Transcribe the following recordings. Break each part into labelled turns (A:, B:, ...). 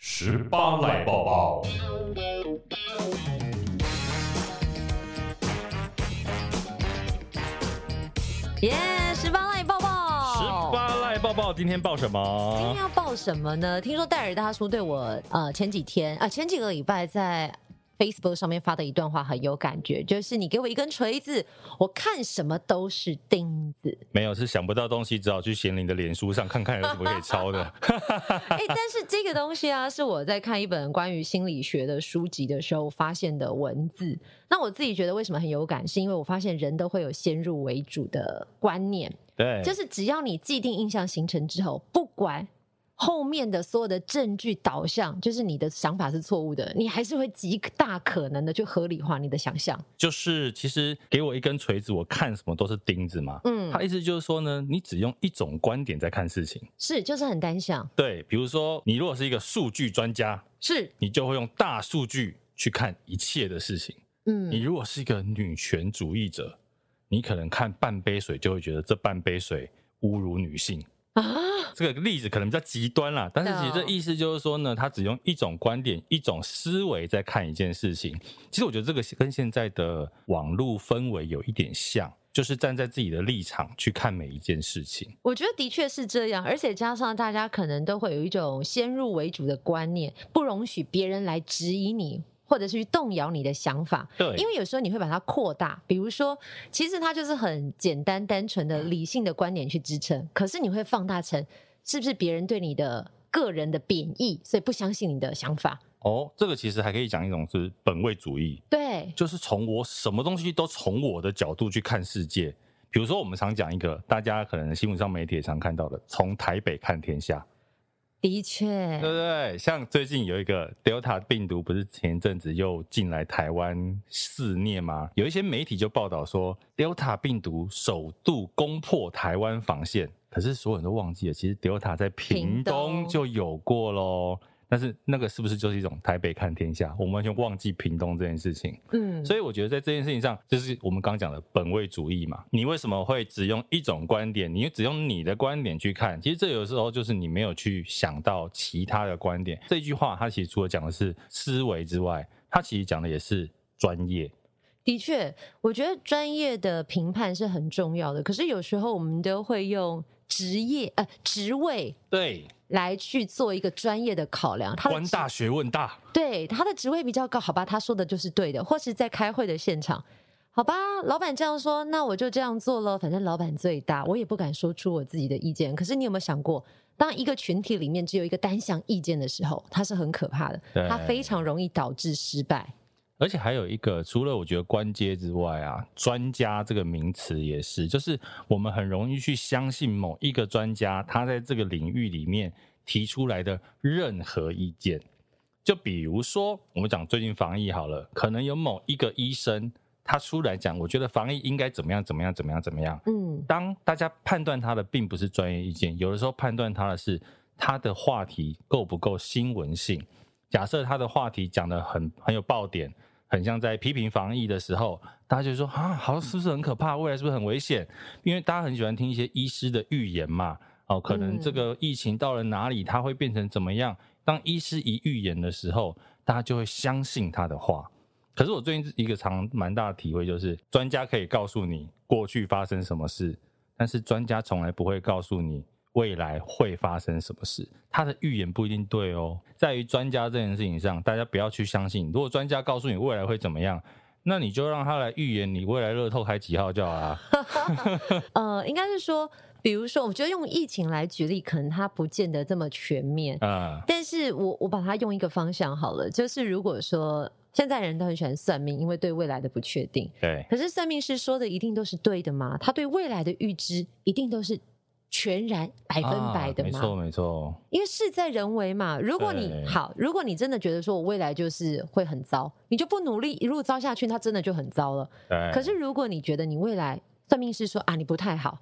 A: 十八来抱抱。
B: 耶！十八赖抱抱，
C: 十八赖抱抱，今天抱什
B: 今
C: 么
B: 天？要报什么呢？听说戴尔大叔对我呃前几天啊、前几个礼拜在 Facebook 上面发的一段话很有感觉，就是你给我一根锤子，我看什么都是钉 子。
C: 没有，是想不到东西，只好去贤玲的脸书上看看有什么可以 抄的。
B: 哎、但是这个东西啊，是我在看一本关于心理学的书籍的时候发现的文字。那我自己觉得为什么很有感，是因为我发现人都会有先入为主的观念。
C: 对，
B: 就是只要你既定印象形成之后，不管后面的所有的证据导向，就是你的想法是错误的，你还是会极大可能的去合理化你的想象。
C: 就是，其实给我一根锤子，我看什么都是钉子嘛。
B: 嗯
C: 他，意思就是说呢，你只用一种观点在看事情。
B: 是，就是很单向，
C: 对，比如说你如果是一个数据专家，
B: 是，
C: 你就会用大数据去看一切的事情。你
B: 嗯，
C: 如果是一个女权主义者，你可能看半杯水就会觉得这半杯水侮辱女性。
B: 啊，
C: 这个例子可能比较极端啦，但是其实这意思就是说呢，他只用一种观点、一种思维在看一件事情。其实我觉得这个跟现在的网络氛围有一点像，就是站在自己的立场去看每一件事情。
B: 我觉得的确是这样，而且加上大家可能都会有一种先入为主的观念，不容许别人来质疑你，或者是去动摇你的想法。
C: 对，
B: 因为有时候你会把它扩大，比如说，其实它就是很简单单纯的理性的观点去支撑，可是你会放大成是不是别人对你的个人的贬义，所以不相信你的想法。
C: 哦，这个其实还可以讲一种是本位主义，
B: 对，
C: 就是从我什么东西都从我的角度去看世界。比如说，我们常讲一个大家可能新闻上媒体也常看到的“从台北看天下”，
B: 的确
C: 对，不对？像最近有一个 Delta 病毒，不是前一阵子又进来台湾肆虐吗？有一些媒体就报道说，Delta 病毒首度攻破台湾防线。可是所有人都忘记了，其实 Delta 在屏
B: 屏
C: 东
B: 东
C: 就有过喽。但是那个是不是就是一种台北看天下？我们完全忘记屏东这件事情。
B: 嗯，
C: 所以我觉得在这件事情上，就是我们刚讲的本位主义嘛。你为什么会只用一种观点？你只用你的观点去看，其实这有时候就是你没有去想到其他的观点。这句话它其实除了讲的是思维之外，它其实讲的也是专业。
B: 的确，我觉得专业的评判是很重要的，可是有时候我们都会用职业呃职位
C: 对，
B: 来去做一个专业的考量，它的
C: 官
B: 职
C: 大学问大，
B: 对，他的职位比较高，好吧，他说的就是对的，或是在开会的现场，好吧，老板这样说，那我就这样做了，反正老板最大，我也不敢说出我自己的意见。可是你有没有想过，当一个群体里面只有一个单向意见的时候，它是很可怕的，
C: 对
B: 它非常容易导致失败。
C: 而且还有一个，除了我觉得关阶之外啊，专家这个名词也是，就是我们很容易去相信某一个专家，他在这个领域里面提出来的任何意见。就比如说，我们讲最近防疫好了，可能有某一个医生他出来讲，我觉得防疫应该怎么样怎么样怎么样怎么样。
B: 嗯，
C: 当大家判断他的并不是专业意见，有的时候判断他的是他的话题够不够新闻性。假设他的话题讲的很很有爆点，很像在批评防疫的时候，大家就说啊，好，是不是很可怕？未来是不是很危险？因为大家很喜欢听一些医师的预言嘛。哦，可能
B: 嗯
C: 这个疫情到了哪里，它会变成怎么样？当医师一预言的时候，大家就会相信他的话。可是我最近一个常蛮大的体会就是，专家可以告诉你过去发生什么事，但是专家从来不会告诉你未来会发生什么事，他的预言不一定对哦。在于专家这件事情上，大家不要去相信。如果专家告诉你未来会怎么样，那你就让他来预言你未来乐透开几号就好啦。
B: 呃，应该是说，比如说，我觉得用疫情来举例，可能它不见得这么全面，
C: 啊、
B: 但是我我把它用一个方向好了，就是如果说现在人都很喜欢算命，因为对未来的不确定。
C: 对，
B: 可是算命师说的一定都是对的吗？他对未来的预知一定都是全然 百分百的
C: 啊没
B: 吗？
C: 错没错。
B: 因为事在人为嘛。如果你
C: 对
B: 好，如果你真的觉得说我未来就是会很糟，你就不努力一路糟下去，它真的就很糟了。
C: 对，
B: 可是如果你觉得你未来算命师说啊你不太好，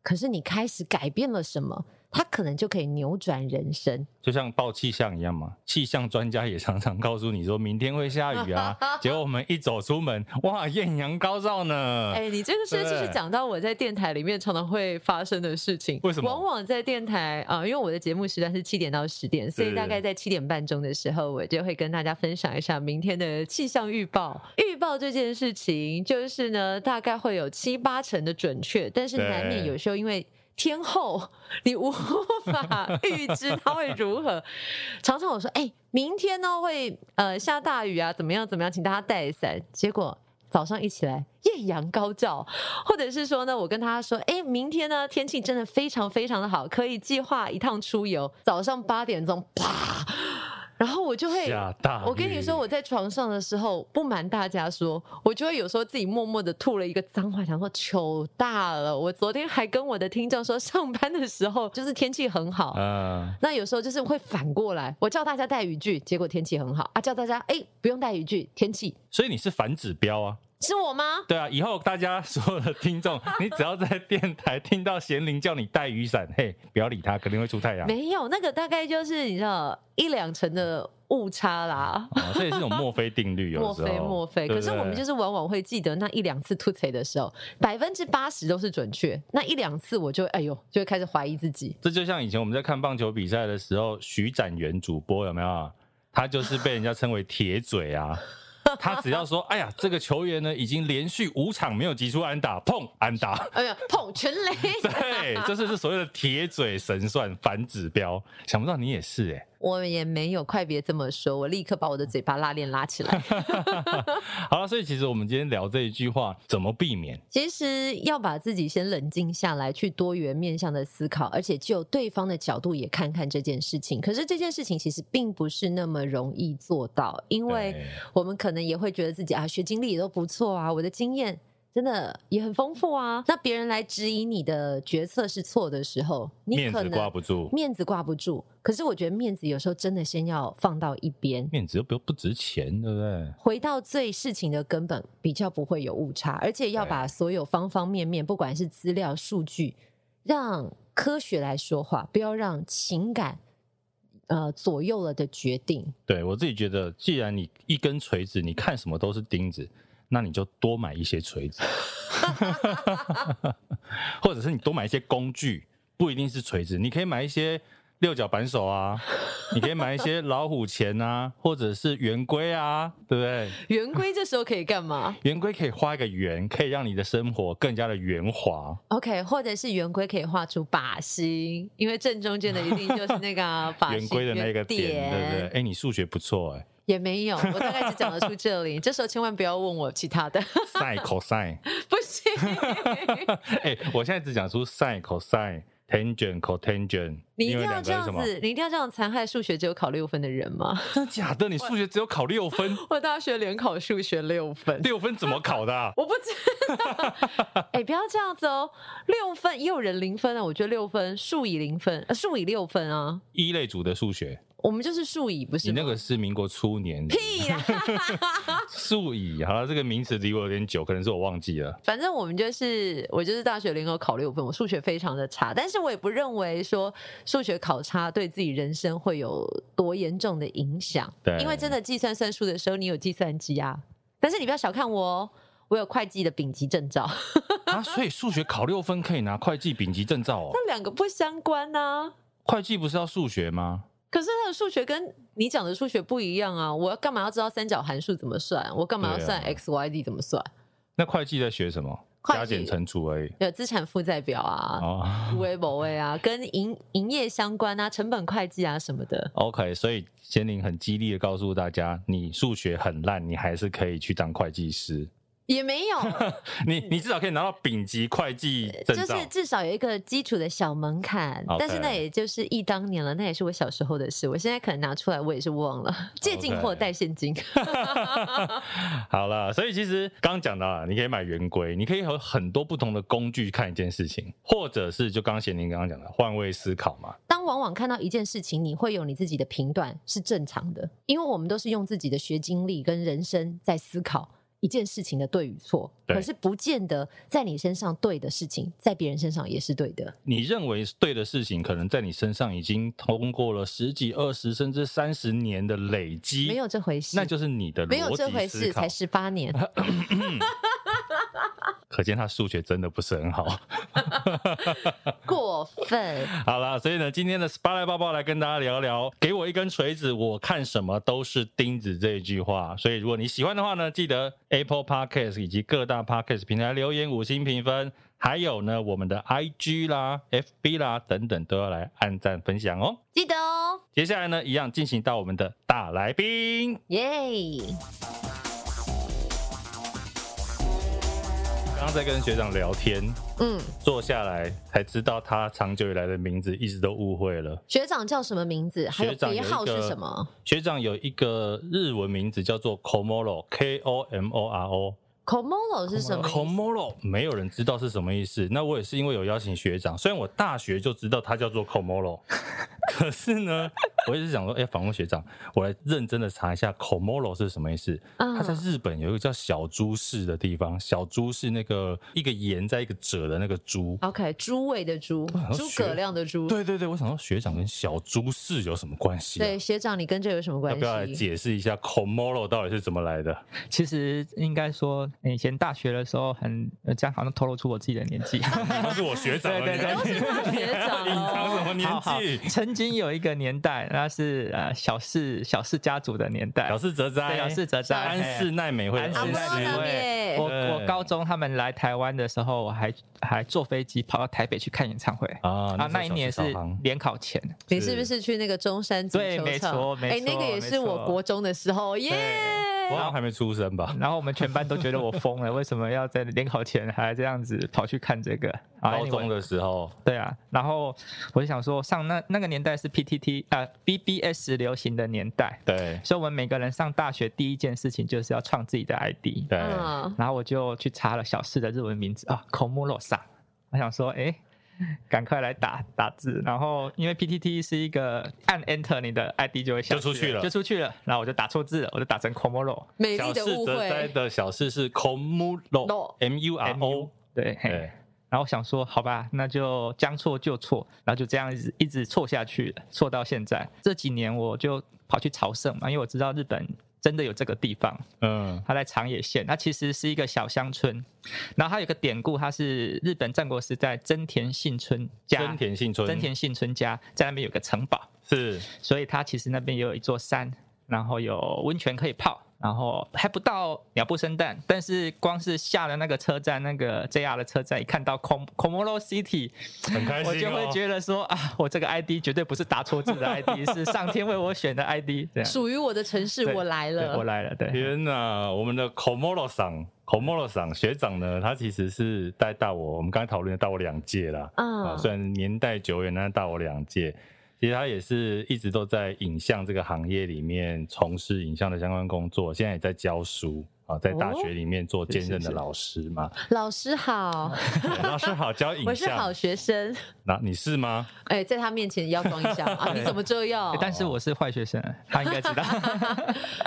B: 可是你开始改变了什么，他可能就可以扭转人生。
C: 就像报气象一样嘛，气象专家也常常告诉你说明天会下 雨啊，结果我们一走出门，哇，艳阳高照呢。
B: 哎、你这个是
C: 对不
B: 其
C: 对
B: 实讲到我在电台里面常常会发生的事情。
C: 为什么
B: 往往在电台啊、呃因为我的节目时段是七点到十点，所以
C: 是
B: 大概在七点半钟的时候，我就会跟大家分享一下明天的气象预报。预报这件事情，就是呢，大概会有七八成的准确，但是难免
C: 对
B: 有时候因为。天后，你无法预知它会如何。常常我说，哎、明天呢会呃下大雨啊，怎么样怎么样，请大家带伞。结果早上一起来，艳阳高照，或者是说呢，我跟他说，哎、明天呢天气真的非常非常的好，可以计划一趟出游。早上八点钟，啪，然后我就会
C: 下大雨，
B: 我跟你说，我在床上的时候，不瞒大家说，我就会有时候自己默默的吐了一个脏话，想说糗大了。我昨天还跟我的听众说，上班的时候就是天气很好，
C: 嗯，
B: 那有时候就是会反过来，我叫大家带雨具，结果天气很好啊，叫大家哎、不用带雨具，天气
C: 所以你是反指标啊。
B: 是我吗？
C: 对啊，以后大家 所有的听众，你只要在电台听到贤玲叫你带雨伞，嘿，不要理他，肯定会出太阳。
B: 没有，那个大概就是你知道一两成的误差啦。
C: 啊，这也是一种墨菲定 律，有
B: 莫
C: 时候。
B: 非莫非，
C: 对
B: 可
C: 不
B: 是我们
C: 对
B: 就是往往会记得那一两次吐槽的时候，百分之八十都是准确，那一两次我就哎呦，就会开始怀疑自己。
C: 这就像以前我们在看棒球比赛的时候，徐展元主播有没有啊？他就是被人家称为铁嘴啊。他只要说：“哎呀，这个球员呢，已经连续五场没有击出安打，碰安打。”
B: 哎呀，碰全雷！
C: 对，这就是所谓的铁嘴神算反指标。想不到你也是哎、
B: 我也没有，快别这么说，我立刻把我的嘴巴拉链拉起来。
C: 好了，所以其实我们今天聊这一句话，怎么避免？
B: 其实要把自己先冷静下来，去多元面向的思考，而且就对方的角度也看看这件事情。可是这件事情其实并不是那么容易做到，因为
C: 对
B: 我们可能也会觉得自己啊，学经历也都不错啊，我的经验真的也很丰富啊。那别人来质疑你的决策是错的时候，你
C: 面
B: 可
C: 子挂
B: 能
C: 不住，
B: 面子挂不住。可是我觉得面子有时候真的先要放到一边，
C: 面子又不不值钱，对不对？
B: 回到最事情的根本，比较不会有误差，而且要把所有方方面面，不管是资料、数据，让科学来说话，不要让情感呃左右了的决定。
C: 对我自己觉得，既然你一根锤子，你看什么都是钉子，那你就多买一些锤子， 或者是你多买一些工具，不一定是锤子，你可以买一些六角扳手啊，你可以买一些老虎钳啊，或者是圆规啊，对不对？
B: 圆规这时候可以干嘛
C: 圆规可以画一个圆，可以让你的生活更加的圆滑。
B: ？OK，或者是圆规可以画出靶心，因为正中间的一定就是那个啊靶心
C: 圆规的那个
B: 圆
C: 点，对不对？哎、你数学不错哎、
B: 也没有，我大概只讲得出这里。这时候千万不要问我其他的，
C: 赛 cosine，
B: 不 行。
C: 哎、我现在只讲出 sin、cosine、tangent、cotangent，
B: 你一定
C: 因为
B: 要这
C: 两个是
B: 样
C: 什么？
B: 子，你一定要这样残害数学只有考六分的人吗？
C: 真的假的？你数学只有考六分，
B: 我大学联考数学六分，
C: 六分怎么考的啊、
B: 我不知道。 哎、不要这样子哦，六分也有人零分啊，我觉得六分数以零分，呃数、以六分啊，
C: 一类组的数学，
B: 我们就是数以，不
C: 你
B: 是吗
C: 那个是民国初年的
B: 屁啦，
C: 数乙，好了，这个名词离我有点久，可能是我忘 记了。
B: 反正我们就是我就是大学联考考六分，我数学非常的差，但是我也不认为说数学考差对自己人生会有多严重的影响，
C: 对
B: 因为真的计算算数的时候，你有计算机啊，但是你不要小看我哦，我有会计的丙级证照。
C: 啊，所以数学考六分可以拿会计丙级证照哦。
B: 那两个不相关呐、
C: 会计不是要数学吗？
B: 可是他的数学跟你讲的数学不一样啊！我要干嘛要知道三角函数怎么算？我干嘛要
C: 对啊
B: 算 x、y、z 怎么算？
C: 那会计在学什么？
B: 会计
C: 加减乘除而已。
B: 有资产负债表啊、
C: 哦
B: 微博位啊，跟营营业相关啊、成本会计啊什么的。
C: ，OK，所以贤玲很激励的告诉大家，你数学很烂，你还是可以去当会计师，
B: 也没 有，
C: 你你至少可以拿到丙级会计证
B: 就
C: 照
B: 是。至少有一个基础的小门槛
C: OK
B: 但是那也就是忆当年了，那也是我小时候的事。我现在可能拿出来，我也是忘了，借进货
C: OK
B: 带现金。
C: 好了，所以其实刚讲到了，你可以买圆规，你可以和很多不同的工具看一件事情，或者是就刚刚贤宁刚刚讲的换位思考嘛。
B: 当往往看到一件事情，你会有你自己的评断是正常的，因为我们都是用自己的学经历跟人生在思考。一件事情的对与错，
C: 对
B: 可是不见得在你身上对的事情，在别人身上也是对的。
C: 你认为对的事情，可能在你身上已经通过了十几、二十甚至三十年的累积，
B: 没有这回事，
C: 那就是你的
B: 没有这
C: 逻
B: 回
C: 辑思
B: 事，
C: 考
B: 才。十八年。
C: 可见他数学真的不是很好。
B: 过分。
C: 好啦，所以呢，今天的 SPA 来抱抱来跟大家聊聊“给我一根锤子，我看什么都是钉子”这一句话。所以如果你喜欢的话呢，记得 Apple Podcast 以及各大 Podcast 平台留言五星评分，还有呢，我们的 IG 啦、FB 啦等等都要来按赞分享哦。
B: 记得哦，
C: 接下来呢，一样进行到我们的大来宾。
B: 耶、
C: 刚刚在跟学长聊天，
B: 嗯，
C: 坐下来才知道他长久以来的名字一直都误会了。
B: 学长叫什么名字？还有
C: 学长
B: 别
C: 有一
B: 号是
C: 个
B: 什么
C: 学长有一个日文名字叫做 Komoro，K O M O R O。
B: ？Komolo 是什么意思
C: Komoro 没有人知道是什么意思。那我也是因为有邀请学长，虽然我大学就知道他叫做 Komoro，可是呢，我一直想说，哎、访问学长，我来认真的查一下 Komoro 是什么意思。它在
B: 嗯，
C: 日本有一个叫小猪市的地方，小猪是那个一个盐在一个褶的那个猪。
B: OK，猪尾的猪
C: 我想，说
B: 诸
C: 学
B: 葛亮的猪。
C: 对对对，我想说学长跟小猪市有什么关系、啊？
B: 对，学长，你跟这有什么
C: 要
B: 关
C: 不要来
B: 系？
C: 解释一下 Komoro 到底是怎么来的？
D: 其实应该说，以前大学的时候很，呃这样好像透露出我自己的 年纪。
C: 他是我学长了，
D: 对对对
C: 你
B: 都是他学长
C: 隐藏
B: 哦。
C: 什么
D: 好
C: 年
D: 好
C: 纪？
D: 曾经有一个年代，那是呃小氏小氏家族的年代
C: 表，示泽哉，啊
D: 对小氏哲哉
C: 安室奈美惠，
D: 安室
B: 阿莫
D: 现奈在美
B: 那
D: 惠
B: 边
D: 我
C: 对
D: 我高中他们来台湾的时候，我还还坐飞机跑到台北去看演唱会
C: 啊
D: 啊！那一年是 联考前，
B: 你是不是去那个中山足
D: 对
B: 球
D: 没
B: 场哎
D: 错？没
B: 那个
D: 错
B: 也
D: 没
B: 是我
D: 错
B: 国中的时候，耶！
C: 我好像还没出生吧？
D: 然后我们全班都觉得我疯 了，为什么要在联考前还这样子跑去看这个？啊
C: 高中
D: anyway
C: 的时候，
D: 对啊，然后我就想说，上那那个年代是 PTT 啊、BBS 流行的年代，
C: 对
D: 所以我们每个人上大学第一件事情就是要创自己的 ID。
C: 对，
B: 嗯，
D: 然后我就去查了小四的日文名字啊，Komorosa。我想说，哎，赶快来打打字。然后因为 PTT 是一个按 Enter 你的 ID 就会显示
C: 就出去了
D: 就出去了。然后我就打错字了，我就打成 Komoro。
B: 美丽
C: 小
B: 的
C: 室
B: 误
C: 哲哉
B: 会，
C: 的小事是
B: No
C: Komuro，M U R O，
D: 对，嘿
C: 对，
D: 然后想说，好吧，那就将错就错，然后就这样一直一直错下去，错到现在。这几年我就跑去朝圣嘛，因为我知道日本真的有这个地方，
C: 嗯，
D: 它在长野县，它其实是一个小乡村。然后它有个典故，它是日本战国时代真田幸村家，
C: 真田幸村，
D: 真田幸村家在那边有个城堡，
C: 是
D: 所以它其实那边也有一座山，然后有温泉可以泡。然后还不到鸟不生蛋，但是光是下了那个车站，那个 JR 的车站，一看到 Com Komoro City，
C: 很开
D: 我
C: 心
D: 就会
C: 哦。
D: 觉得说啊，我这个 ID 绝对不是打错字的 ID，是上天为我选的 ID。这样，
B: 属于我的城市，
D: 对
B: 我来
D: 对我
B: 了。
D: 来了，对，
C: 天哪，我们的 Komoro 桑，Komoro 桑学长呢，他其实是带大我，我们刚才讨论的大我两届啦，啊，
B: 嗯，
C: 虽然年代久远，但是大我两届。其实他也是一直都在影像这个行业里面从事影像的相关工作，现在也在教书啊，在大学里面做兼任的老师嘛。
B: 老师好，
C: 对老师好，教
B: 哦 我
C: 影
B: 是好
C: 像，
B: 学生。
C: 那你是吗？
B: 哎，在他面前也要装一下嘛 啊！你怎么这样
D: 诶？
C: 哎
D: 但是我是坏学生，他应该知道。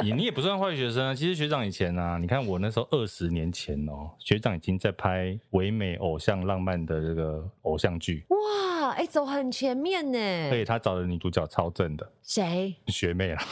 C: 你你也不算坏学生啊。其实学长以前啊，你看我那时候二十年前哦，学长已经在拍唯美偶像浪漫的这个偶像剧，
B: 哇，哎，走很前面
C: 而且
B: 呢。
C: 他找的女主角超正的。
B: 谁？
C: 学妹啊，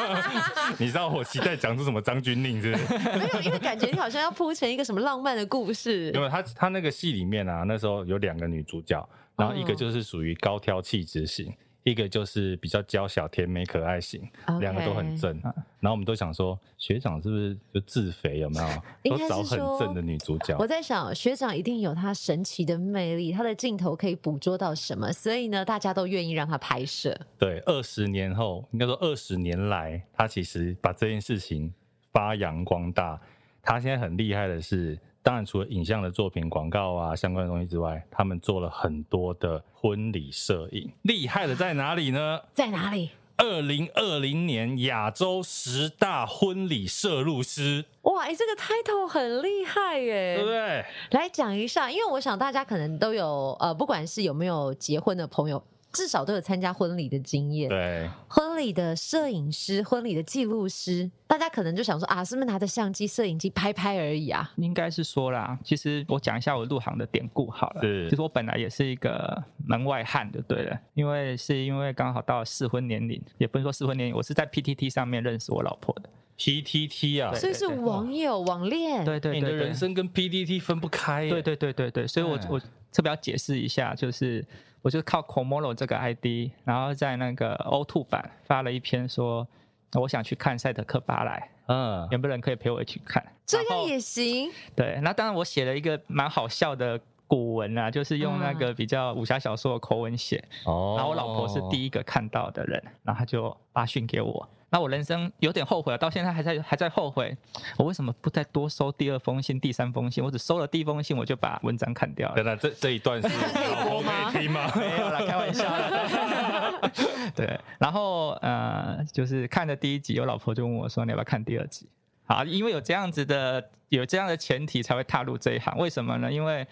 C: 你知道我期待讲出什么张钧甯是不是？
B: 没有，因为感觉你好像要铺成一个什么浪漫的故事
C: 因。为他他那个戏里面啊，那时候有两个女主角，然后一个
B: 嗯
C: 就是属于高挑气质型，一个就是比较娇小甜美可爱型，
B: OK
C: 两个都很正。啊然后我们都想说，学长是不是就自肥有没有？
B: 应该
C: 都
B: 是
C: 找很正的女主角
B: 我。在想，学长一定有他神奇的魅力，他的镜头可以捕捉到什么，所以呢，大家都愿意让他拍摄。
C: 对，二十年后，应该说二十年来，他其实把这件事情发扬光大。他现在很厉害的是，当然除了影像的作品、广告啊相关的东西之外，他们做了很多的婚礼摄影。厉害的在哪里呢？
B: 在哪里？
C: 二零二零年亚洲十大婚礼摄入师，
B: 哇，哎，这个 title 很厉害
C: 对不
B: 耶！
C: 对？
B: 来讲一下，因为我想大家可能都有呃，不管是有没有结婚的朋友，至少都有参加婚礼的经验。
C: 对，
B: 婚礼的摄影师、婚礼的记录师，大家可能就想说啊，是不是拿着相机、摄影机拍拍而已啊？
D: 应该是说啦，其实我讲一下我入行的典故好了。
C: 是
D: 其实我本来也是一个门外汉，就对了，因为是因为刚好到适婚年龄，也不是说适婚年龄，我是在 PTT 上面认识我老婆的。
C: PTT 啊，
D: 对
B: 所以是网友、网恋，
D: 对对
C: 欸你
D: 对
C: 的
D: 对，
C: 人生跟 PTT 分不开耶。
D: 对对对对对，所以我
C: 哎
D: 我特别要解释一下，就是我就靠 Komoro 这个 ID，然后在那个 O2 版发了一篇说，我想去看赛德克巴莱，
C: 嗯，
D: 有没有人可以陪我一起看？
B: 这
D: 然
B: 样
D: 后
B: 也行。
D: 对，那当然我写了一个蛮好笑的古文啊，就是用那个比较武侠小说的口吻写，
C: 哦
D: 然后我老婆是第一个看到的人，然后她就发讯给我。那我人生有点后悔啊了，到现在还在还在后悔，我为什么不再多收第二封信、第三封信？我只收了第一封信，我就把文章砍掉了
C: 等。等，这这一段 是
B: 这个可以播吗
C: 老婆可以听吗？
D: 没有啦，开玩笑啦。 对，然后呃，就是看了第一集，我老婆就问我说：“你要不要看第二集？”好，因为有这样子的有这样的前提才会踏入这一行，为什么呢？因为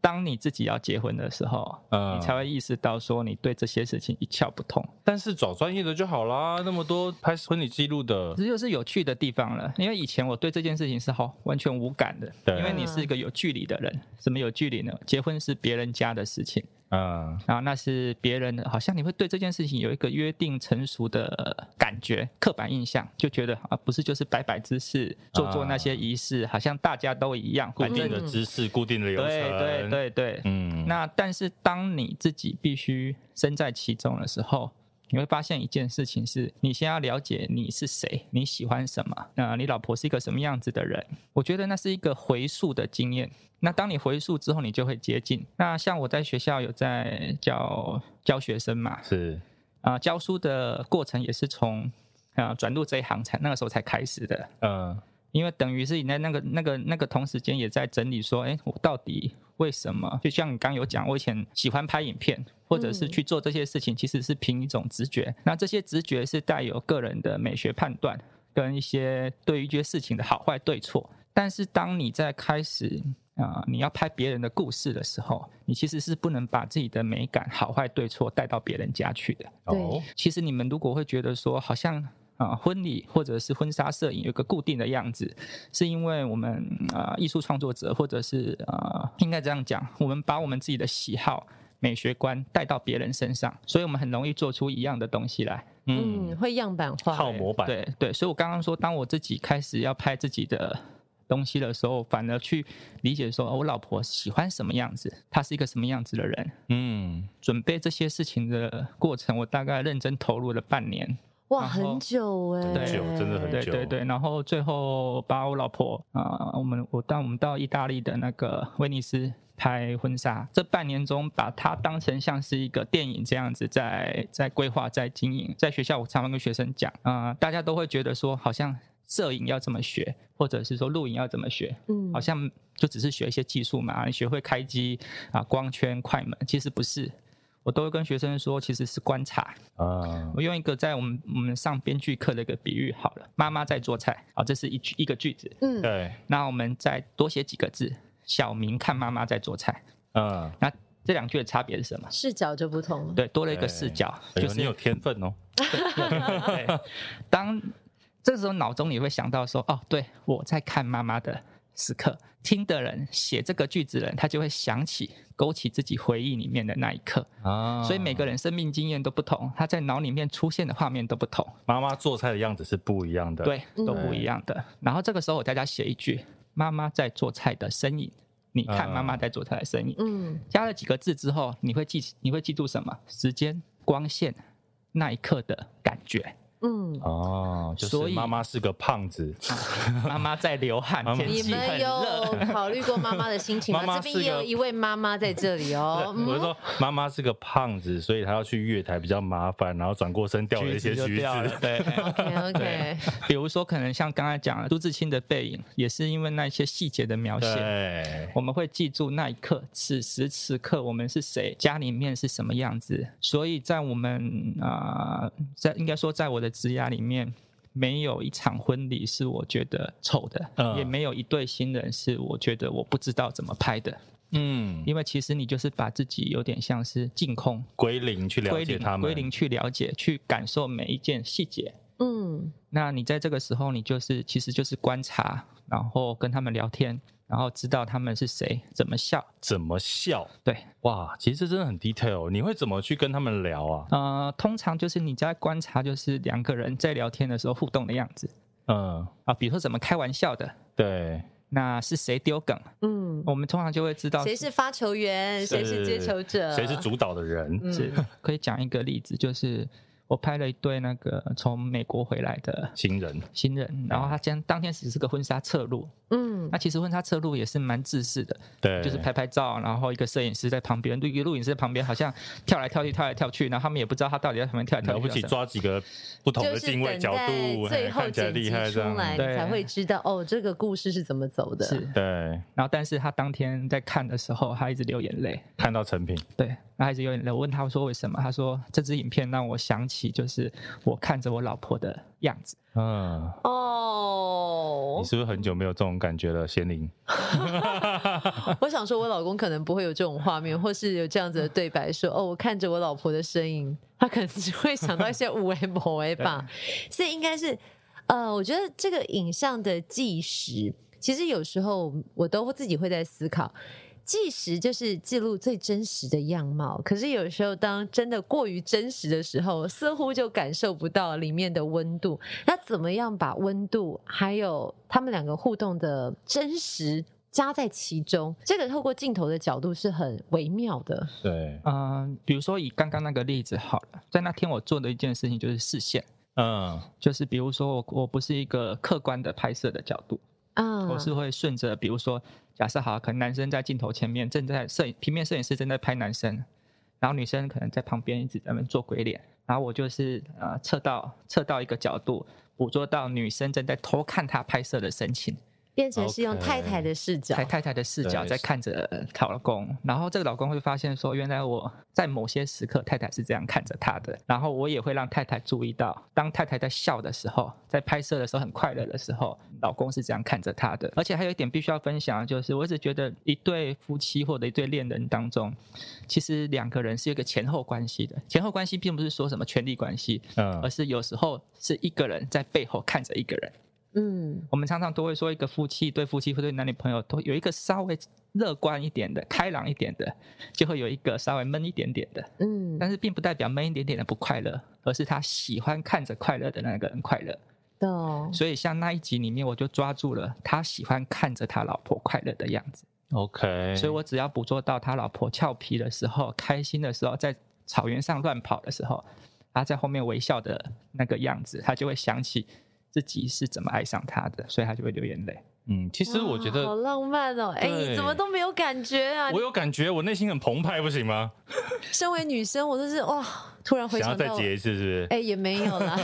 D: 当你自己要结婚的时候，
C: 嗯
D: 你才会意识到说你对这些事情一窍不通，
C: 但是找专业的就好啦，那么多拍婚礼记录的，
D: 这就是有趣的地方了。因为以前我对这件事情是好完全无感的，
C: 对
D: 因为你是一个有距离的人。什么有距离呢？结婚是别人家的事情。
C: 嗯，
D: 然后啊那是别人的，好像你会对这件事情有一个约定成熟的感觉、刻板印象，就觉得啊，不是就是摆摆姿势、做做那些仪式，好像大家都一样，
C: 固
D: 反
C: 定
D: 正
C: 的姿势，固定的流程，
D: 对对，对对。
C: 嗯，
D: 那但是当你自己必须身在其中的时候，你会发现一件事情是，你先要了解你是谁，你喜欢什么，那你老婆是一个什么样子的人。我觉得那是一个回溯的经验。那当你回溯之后，你就会接近。那像我在学校有在教教学生嘛，
C: 是
D: 啊、教书的过程也是从啊、转入这一行才那个时候才开始的。
C: 嗯
D: 因为等于是你在那个、那个、那个同时间也在整理说，哎，我到底为什么？就像你刚有讲，我以前喜欢拍影片，或者是去做这些事情，其实是凭一种直觉。那这些直觉是带有个人的美学判断，跟一些对于一些事情的好坏对错。但是当你在开始啊、呃你要拍别人的故事的时候，你其实是不能把自己的美感、好坏对错带到别人家去的。
B: 对
C: 哦，
D: 其实你们如果会觉得说，好像啊、婚礼或者是婚纱摄影有一个固定的样子，是因为我们啊、艺术创作者或者是啊、应该这样讲，我们把我们自己的喜好、美学观带到别人身上，所以我们很容易做出一样的东西来。
C: 嗯，
B: 嗯，会样板化
C: 靠。模板，
D: 对对，所以我刚刚说，当我自己开始要拍自己的东西的时候，反而去理解说，哦我老婆喜欢什么样子，她是一个什么样子的人。
C: 嗯，
D: 准备这些事情的过程，我大概认真投入了半年，
B: 哇，
D: 然后
B: 很久哎、
C: 很久真的很久
D: 对对对，然后最后把我老婆啊、呃我们我到我们到意大利的那个威尼斯拍婚纱，这半年中把它当成像是一个电影这样子在在规划在经营。在学校我常常跟学生讲啊、呃大家都会觉得说好像摄影要怎么学，或者是说录影要怎么学，
B: 嗯
D: 好像就只是学一些技术嘛，你学会开机啊、光圈、快门，其实不是。我都会跟学生说，其实是观察，
C: 啊，
D: 我用一个在我们我们上编剧课的一个比喻好了，妈妈在做菜，好，这是一句一个句子，
B: 嗯，
C: 对，
D: 那我们再多写几个字，小明看妈妈在做菜，
C: 嗯，
D: 那这两句的差别是什么？
B: 视角就不同了。
D: 对，多了一个视角，
C: 哎
D: 就
C: 呦
D: 是
C: 你有天分哦，
D: 对，当这时候脑中你会想到说，哦，对我在看妈妈的时刻，听的人写这个句子的人，他就会想起勾起自己回忆里面的那一刻，
C: 啊，
D: 所以每个人生命经验都不同，他在脑里面出现的画面都不同。
C: 妈妈做菜的样子是不一样的，，
D: 对，
B: 嗯
D: 都不一样的。然后这个时候我大家写一句：“妈妈在做菜的身影。”你看
C: 嗯
D: 妈妈在做菜的身影，
B: 嗯，
D: 加了几个字之后，你会记，你会记住什么？时间、光线，那一刻的感觉。
B: 嗯，
C: 哦，就
D: 所
C: 是
D: 以啊
C: 妈妈是个胖子，
D: 妈妈在流汗，
C: 妈妈
D: 天
B: 你
D: 气
B: 们
D: 很热。
B: 有考虑过妈妈的心情
C: 妈妈
B: 吗？这
C: 是
B: 边也
C: 个
B: 有一位妈妈在这里哦。
C: 我
B: 嗯
C: 就说妈妈是个胖子，所以她要去月台比较麻烦，然后转过身掉了一些
D: 就
C: 橘
D: 掉了
C: 子，，
D: 对。
B: OK OK，
D: 比如说，可能像刚才讲的朱自清的背影，也是因为那些细节的描写，
C: 对，
D: 我们会记住那一刻，此时此刻我们是谁，家里面是什么样子。所以在我们啊、呃在应该说在我的职涯里面，没有一场婚礼是我觉得丑的，
C: 嗯
D: 也没有一对新人是我觉得我不知道怎么拍的。
C: 嗯，
D: 因为其实你就是把自己有点像是净空，
C: 归零去了
D: 归
C: 解他们，
D: 零归零去了解，去感受每一件细节。
B: 嗯
D: 那你在这个时候，你就是其实就是观察，然后跟他们聊天，然后知道他们是谁，怎么笑。
C: 怎么笑？
D: 对，
C: 哇，其实这真的很 detail，你会怎么去跟他们聊啊？
D: 呃，通常就是你在观察，就是两个人在聊天的时候互动的样子
C: 嗯，
D: 啊，比如说怎么开玩笑的，
C: 对，
D: 那是谁丢梗，
B: 嗯，
D: 我们通常就会知道
B: 谁是发球员，谁是接球者，
C: 谁是主导的人？
B: 呃嗯
D: 是 可以讲一个例子，就是我拍了一对那个从美国回来的
C: 新人，嗯
D: 新人，然后他将当天只是个婚纱侧录，
B: 嗯
D: 那其实婚纱侧录也是蛮自私的，
C: 对，
D: 就是拍拍照，然后一个摄影师在旁边，一个录影师在旁边，好像跳来跳去，跳来跳去，然后他们也不知道他到底在旁边跳来跳
C: 了不
D: 去干
C: 起，
D: 什么。
C: 抓几个不同
B: 就
C: 的
B: 是等
C: 定位
B: 待
C: 角度，
B: 最
C: 嘿
B: 后
C: 看起来
B: 剪辑
C: 厉害
B: 出
C: 这样。
B: 来，你
D: 对
B: 才会知道哦，这个故事是怎么走的。
C: 啊
D: 是，
C: 对，
D: 然后但是他当天在看的时候，他一直流眼泪，
C: 看到成品，
D: 对，他一直流眼泪。我问他说为什么，他说这支影片让我想起就是我看着我老婆的样子。
C: 嗯，
B: 哦
C: 你，是不是很久没有这种感觉了，贤玲？
B: 我想说，我老公可能不会有这种画面，或是有这样子的对白说，哦，我看着我老婆的身影，他可能只会想到一些无为某为吧，所以应该是，呃，我觉得这个影像的计时，其实有时候我都自己会在思考。计时就是记录最真实的样貌，可是有时候当真的过于真实的时候，似乎就感受不到里面的温度。那怎么样把温度还有他们两个互动的真实加在其中？这个透过镜头的角度是很微妙的。
C: 对，
D: 嗯、比如说以刚刚那个例子好了，在那天我做的一件事情就是视线，
C: 嗯，
D: 就是比如说我我不是一个客观的拍摄的角度，
B: 嗯，
D: 我是会顺着，比如说，假设好，可能男生在镜头前面正在摄影平面摄影师正在拍男生，然后女生可能在旁边一直在那边做鬼脸，然后我就是呃侧到侧到一个角度，捕捉到女生正在偷看他拍摄的神情，
B: 变成是用太太的视角
D: 太太太的视角
C: 对
D: 在看着呃她老公，然后这个老公会发现说，原来我在某些时刻太太是这样看着他的，然后我也会让太太注意到，当太太在笑的时候，在拍摄的时候很快乐的时候，老公是这样看着她的。而且还有一点必须要分享的就是，我一直觉得一对夫妻或者一对恋人当中，其实两个人是有一个前后关系的，前后关系并不是说什么权力关系，
C: 嗯
D: 而是有时候是一个人在背后看着一个人。
B: 嗯
D: 我们常常都会说，一个夫妻对夫妻或对男女朋友都有一个稍微乐观一点的、开朗一点的，就会有一个稍微闷一点点的。
B: 嗯，
D: 但是并不代表闷一点点的不快乐，而是他喜欢看着快乐的那个人快乐。
B: 懂。
D: 所以像那一集里面，我就抓住了他喜欢看着他老婆快乐的样子。
C: ，OK，
D: 所以我只要捕捉到他老婆俏皮的时候、开心的时候，在草原上乱跑的时候，他在后面微笑的那个样子，他就会想起自己是怎么爱上他的，所以他就会流眼泪。
C: 嗯，其实我觉
B: 哇好
C: 得
B: 浪漫哦！哎，
C: 对
B: 你怎么都没有感觉啊？
C: 我有感觉，我内心很澎湃，不行吗？
B: 身为女生，我都是哇，突然回
C: 想
B: 想
C: 要再
B: 到我
C: 结一次，是不是？
B: 哎、也没有 啦，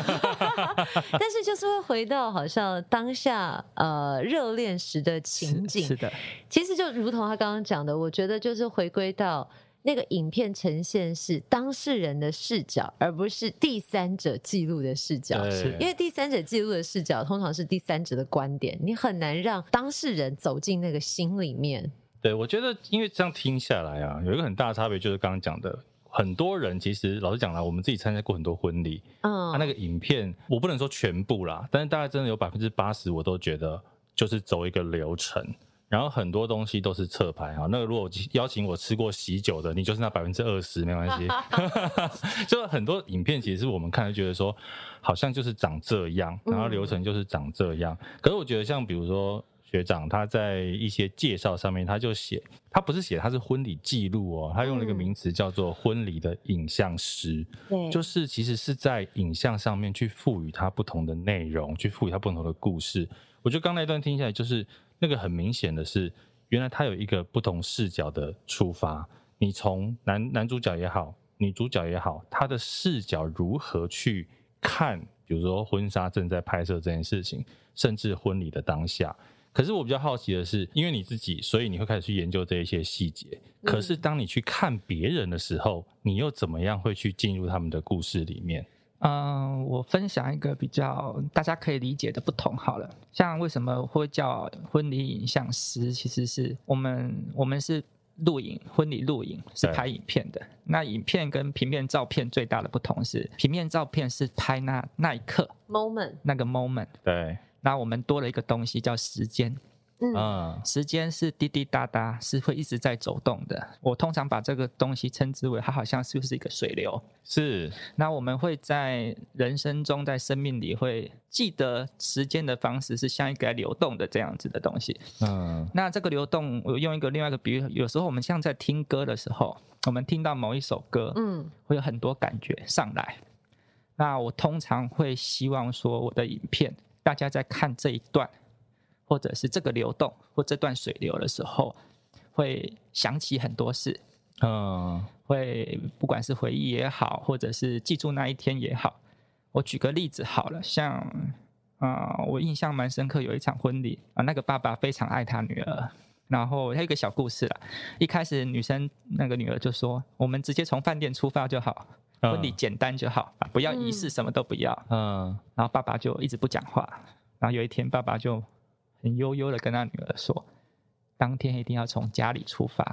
B: 但是就是会回到好像当下呃热恋时的情景，
D: 是的，
B: 其实就如同他刚刚讲的，我觉得就是回归到那个影片呈现是当事人的视角，而不是第三者记录的视角。
C: 对
B: 因为第三者记录的视角通常是第三者的观点，你很难让当事人走进那个心里面。
C: 对，我觉得因为这样听下来啊，有一个很大的差别就是刚刚讲的，很多人其实老实讲啦，我们自己参加过很多婚礼，
B: 嗯，
C: 他那个影片我不能说全部啦，但是大概真的有百分之八十我都觉得就是走一个流程，然后很多东西都是侧拍啊。那个如果邀请我吃过喜酒的，你就是那百分之二十没关系。就很多影片其实我们看就觉得说好像就是长这样，然后流程就是长这样。可是我觉得像比如说。学长他在一些介绍上面，他就写，他不是写他是婚礼记录哦，他用了一个
B: 嗯
C: 名词叫做婚礼的影像师。
B: 对
C: 就是其实是在影像上面去赋予它不同的内容，去赋予它不同的故事。我觉得刚那段听下来，就是那个很明显的是，原来它有一个不同视角的出发。你从男男主角也好，女主角也好，他的视角如何去看，比如说婚纱正在拍摄这件事情，甚至婚礼的当下。可是我比较好奇的是，因为你自己，所以你会开始去研究这一些细节。
D: 嗯
C: 可是当你去看别人的时候，你又怎么样会去进入他们的故事里面？
D: 嗯，我分享一个比较大家可以理解的不同好了。像为什么会叫婚礼影像师，其实是我们我们是录影婚礼录影是
C: 对
D: 拍影片的，那影片跟平面照片最大的不同是，平面照片是拍那那一刻
B: moment，
D: 那个 moment，
C: 对，
D: 那我们多了一个东西叫时间，
B: 嗯
C: 嗯，
D: 时间是滴滴答答，是会一直在走动的。我通常把这个东西称之为它好像是不是一个水流，
C: 是
D: 那我们会在人生中，在生命里会记得时间的方式是像一个流动的这样子的东西。
C: 嗯
D: 那这个流动，我用一个另外一个比喻，有时候我们像在听歌的时候，我们听到某一首歌，
B: 嗯，
D: 会有很多感觉上来。那我通常会希望说，我的影片大家在看这一段，或者是这个流动或这段水流的时候，会想起很多事。
C: 嗯
D: 会不管是回忆也好，或者是记住那一天也好。我举个例子好了，像啊、呃我印象蛮深刻，有一场婚礼啊、那个爸爸非常爱他女儿。然后还有一个小故事啦，一开始女生那个女儿就说：“我们直接从饭店出发就好，
C: 嗯
D: 婚礼简单就好，啊不要仪式，什么都不要。
C: 嗯
D: 然后爸爸就一直不讲话。然后有一天，爸爸就很悠悠的跟他女儿说：“当天一定要从家里出发。”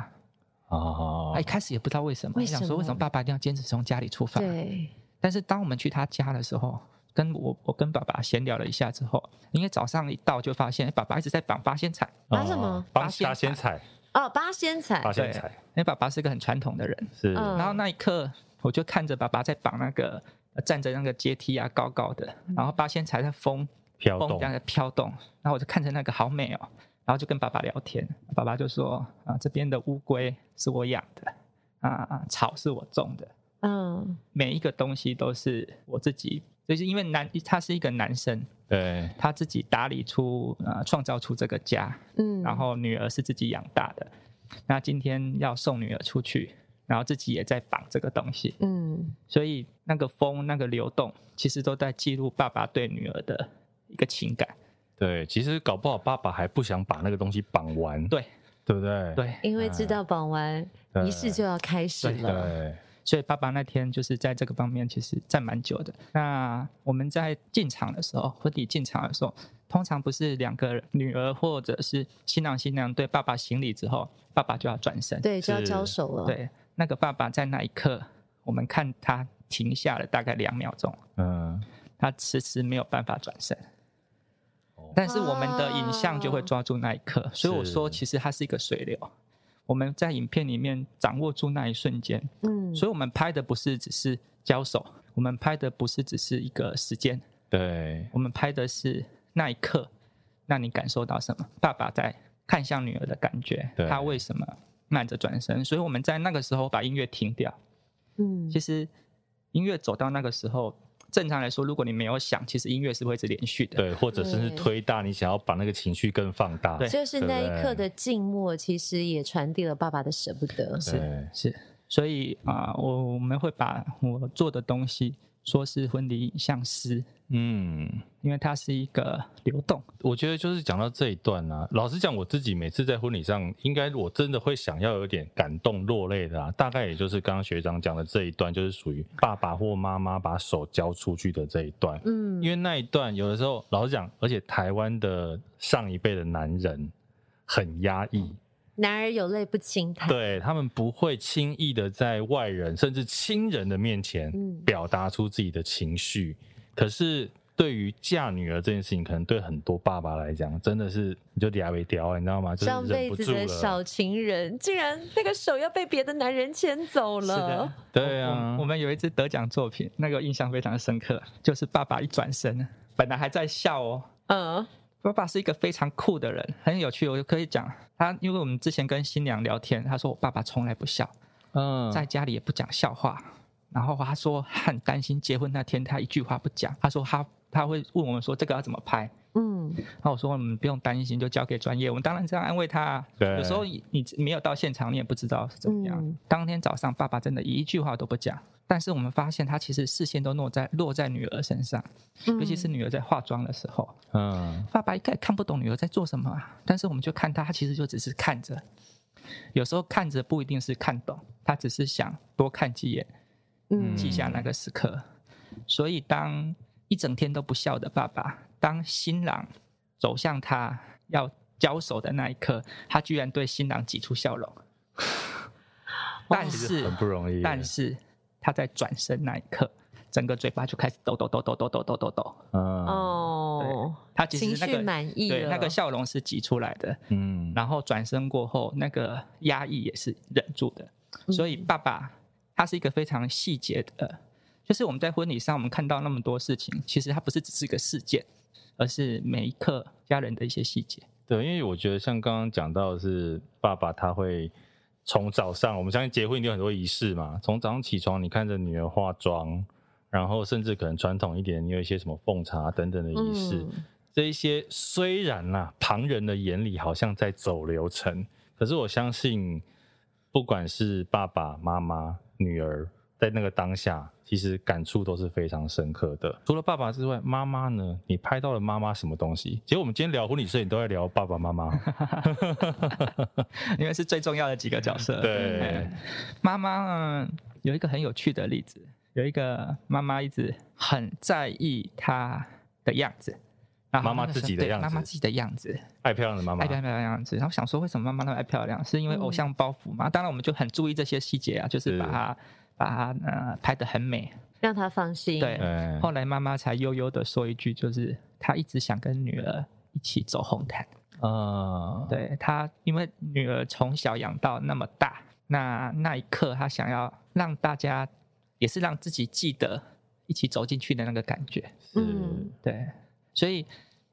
C: 啊
D: 哎他一，开始也不知道为什么，
B: 哦为
D: 他想
B: 什
D: 说为什
B: 么
D: 么爸爸一定要坚持从家里出发？
B: 对，
D: 但是当我们去他家的时候，跟我我跟爸爸闲聊了一下之后，因为早上一到就发现哎爸爸一直在绑八仙彩，
B: 拿什么
C: 哦帮
D: 八仙
C: 八仙彩，
B: 哦，八仙彩
C: 八，仙
D: 对
C: 彩
D: 因为爸爸是个很传统的人。
C: 是
B: 嗯
D: 然后那一刻，我就看着爸爸在绑那个呃站着那个阶梯啊，高高的，
B: 嗯
D: 然后八仙彩在风
C: 飘
D: 风
C: 动
D: 这，样在飘动，然后我就看着那个好美哦，然后就跟爸爸聊天，爸爸就说啊这边的乌龟是我养的，啊草是我种的。
B: 嗯，
D: 每一个东西都是我自己，就是因为男他是一个男生，
C: 对，
D: 他自己打理出呃创造出这个家，
B: 嗯，
D: 然后女儿是自己养大的，那今天要送女儿出去，然后自己也在绑这个东西，
B: 嗯，
D: 所以那个风那个流动，其实都在记录爸爸对女儿的一个情感，
C: 对，其实搞不好爸爸还不想把那个东西绑完，
D: 对
C: 对不对？
D: 对，
B: 因为知道绑完
C: 对
B: 仪式就要开始
D: 对
B: 了，
C: 对，
D: 所以爸爸那天就是在这个方面其实站蛮久的。那我们在进场的时候，婚礼进场的时候，通常不是两个女儿或者是新郎新娘对爸爸行礼之后，爸爸就要转身。
B: 对，就要
C: 是
B: 交手了，，
D: 对那个爸爸在那一刻，我们看他停下了大概两秒钟，
C: 嗯，
D: 他迟迟没有办法转身。但是我们的影像就会抓住那一刻，所以我说，
C: 是
D: 其实它是一个水流。我们在影片里面掌握住那一瞬间，
B: 嗯，
D: 所以我们拍的不是只是交手，我们拍的不是只是一个时间，
C: 对，
D: 我们拍的是那一刻，让你感受到什么？爸爸在看向女儿的感觉
C: 对，
D: 他为什么慢着转身？所以我们在那个时候把音乐停掉。
B: 嗯
D: 其，实音乐走到那个时候，正常来说，如果你没有想，其实音乐是会一直连续的。
C: 对，或者甚至
B: 对
C: 推大，你想要把那个情绪更放大，
D: 对
B: 就是那一刻
C: 对
B: 的静默，其实也传递了爸爸的舍不得，
C: 对
D: 是，所以啊、我我们会把我做的东西说是婚礼影像师，
C: 嗯。
D: 因为它是一个流动。
C: 我觉得就是讲到这一段呢、老实讲，我自己每次在婚礼上，应该我真的会想要有点感动落泪的、啊，大概也就是刚刚学长讲的这一段，就是属于爸爸或妈妈把手交出去的这一段，
B: 嗯，
C: 因为那一段有的时候，老实讲，而且台湾的上一辈的男人很压抑，
B: 男儿有泪不轻弹，
C: 对他们不会轻易的在外人甚至亲人的面前
B: 嗯
C: 表达出自己的情绪。可是对于嫁女儿这件事情，可能对很多爸爸来讲，真的是你就嗲为屌，你知道吗？就是
B: 上
C: 忍
B: 辈
C: 不
B: 子
C: 住
B: 的
C: 了。
B: 小情人，竟然那个手要被别的男人牵走了。
C: 对
D: 我
C: 啊，
D: 我们有一支得奖作品，那个印象非常深刻，就是爸爸一转身，本来还在笑哦。
B: 嗯，
D: 爸爸是一个非常酷的人，很有趣。我就可以讲他，因为我们之前跟新娘聊天，他说我爸爸从来不笑，
C: 嗯，
D: 在家里也不讲笑话。然后他说他很担心结婚那天他一句话不讲，他说他他会问我们说这个要怎么拍，
B: 嗯，
D: 那我说你们不用担心，就交给专业。我们当然这样安慰他、啊。
C: 对
D: 有时候你你没有到现场，你也不知道是怎么样。
B: 嗯
D: 当天早上，爸爸真的一句话都不讲，但是我们发现他其实视线都落在落在女儿身上，
B: 嗯
D: 尤其是女儿在化妆的时候，
C: 嗯
D: 爸爸一概看不懂女儿在做什么、啊，但是我们就看他，他其实就只是看着。有时候看着不一定是看懂，他只是想多看几眼，
B: 嗯
D: 记下那个时刻。所以，当一整天都不笑的爸爸，当新郎 走向他要交手的那一刻，他居然对新郎挤出笑容。但是
C: 很不容易。
D: 但是他在转身那一刻，整个嘴巴就开始抖抖抖抖抖抖抖抖抖。
C: 嗯
B: 哦，
D: 他其实那
B: 情绪
D: 个
B: 满意
D: 对
B: 了
D: 那个笑容是挤出来的，
C: 嗯，
D: 然后转身过后那个压抑也是忍住的。
B: 嗯
D: 所以爸爸他是一个非常细节的，呃就是我们在婚礼上我们看到那么多事情，其实它不是只是一个事件，而是每一刻家人的一些细 节。
C: 对，因为我觉得像刚刚讲到的是爸爸他会从早上，我们相信结婚一定有很多仪式嘛，从早上起床你看着女儿化妆，然后甚至可能传统一点，你有一些什么奉茶等等的仪式，
B: 嗯
C: 这一些虽然啦、旁人的眼里好像在走流程，可是我相信，不管是爸爸妈妈、女儿，在那个当下，其实感触都是非常深刻的。除了爸爸之外，妈妈呢？你拍到了妈妈什么东西？其实我们今天聊婚礼摄影都在聊爸爸妈 妈，
D: 因为是最重要的几个角色。
C: 对，
D: 妈妈呢有一个很有趣的例子，有一个妈妈一直很在意她的样子，然后
C: 妈妈
D: 那个时候
C: 自己的
D: 对
C: 样子
D: 妈妈自己的样子，
C: 爱漂亮的妈妈
D: 爱，漂亮的样子。然后想说，为什么妈妈那么爱漂亮？是因为
B: 嗯
D: 偶像包袱吗？当然，我们就很注意这些细节啊，就是
C: 是
D: 把它把它呃拍得很美。
B: 让他放心。
D: 对，
C: 嗯，
D: 后来妈妈才悠悠的说一句，就是她一直想跟女儿一起走红毯。
C: 啊，
D: 对他，因为女儿从小养到那么大，那那一刻他想要让大家，也是让自己记得一起走进去的那个感觉。
C: 是
B: 嗯
D: 对，所以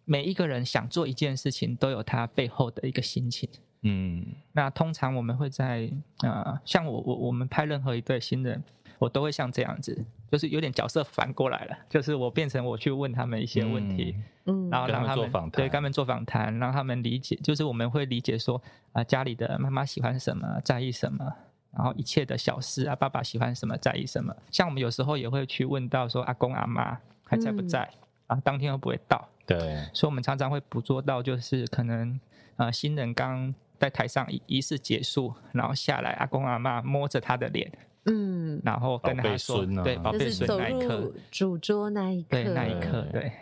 D: 每一个人想做一件事情，都有他背后的一个心情。
C: 嗯，
D: 那通常我们会在呃，像我我我们拍任何一对新人，我都会像这样子，就是有点角色反过来了，就是我变成我去问他们一些问题，
C: 嗯
B: 嗯，
D: 然后
C: 跟
D: 让
C: 他们
D: 他
C: 做
D: 们
C: 访
D: 对
C: 谈
D: 跟他们做访谈，让他们理解，就是我们会理解说啊、家里的妈妈喜欢什么，在意什么，然后一切的小事啊，爸爸喜欢什么，在意什么。像我们有时候也会去问到说阿公阿妈还在不
B: 嗯
D: 在、啊，当天会不会到，
C: 对，
D: 所以我们常常会捕捉到，就是可能呃新人刚在台上仪仪式结束，然后下来阿公阿妈摸着他的脸，
B: 嗯，
D: 然后跟
C: 宝贝
D: 他说，
C: 孙啊
D: 对宝
B: 就
D: 贝
B: 是
D: 孙
B: 走
D: 那一刻
B: 入，主桌那一刻，
D: 对那一刻，
C: 对
D: 对。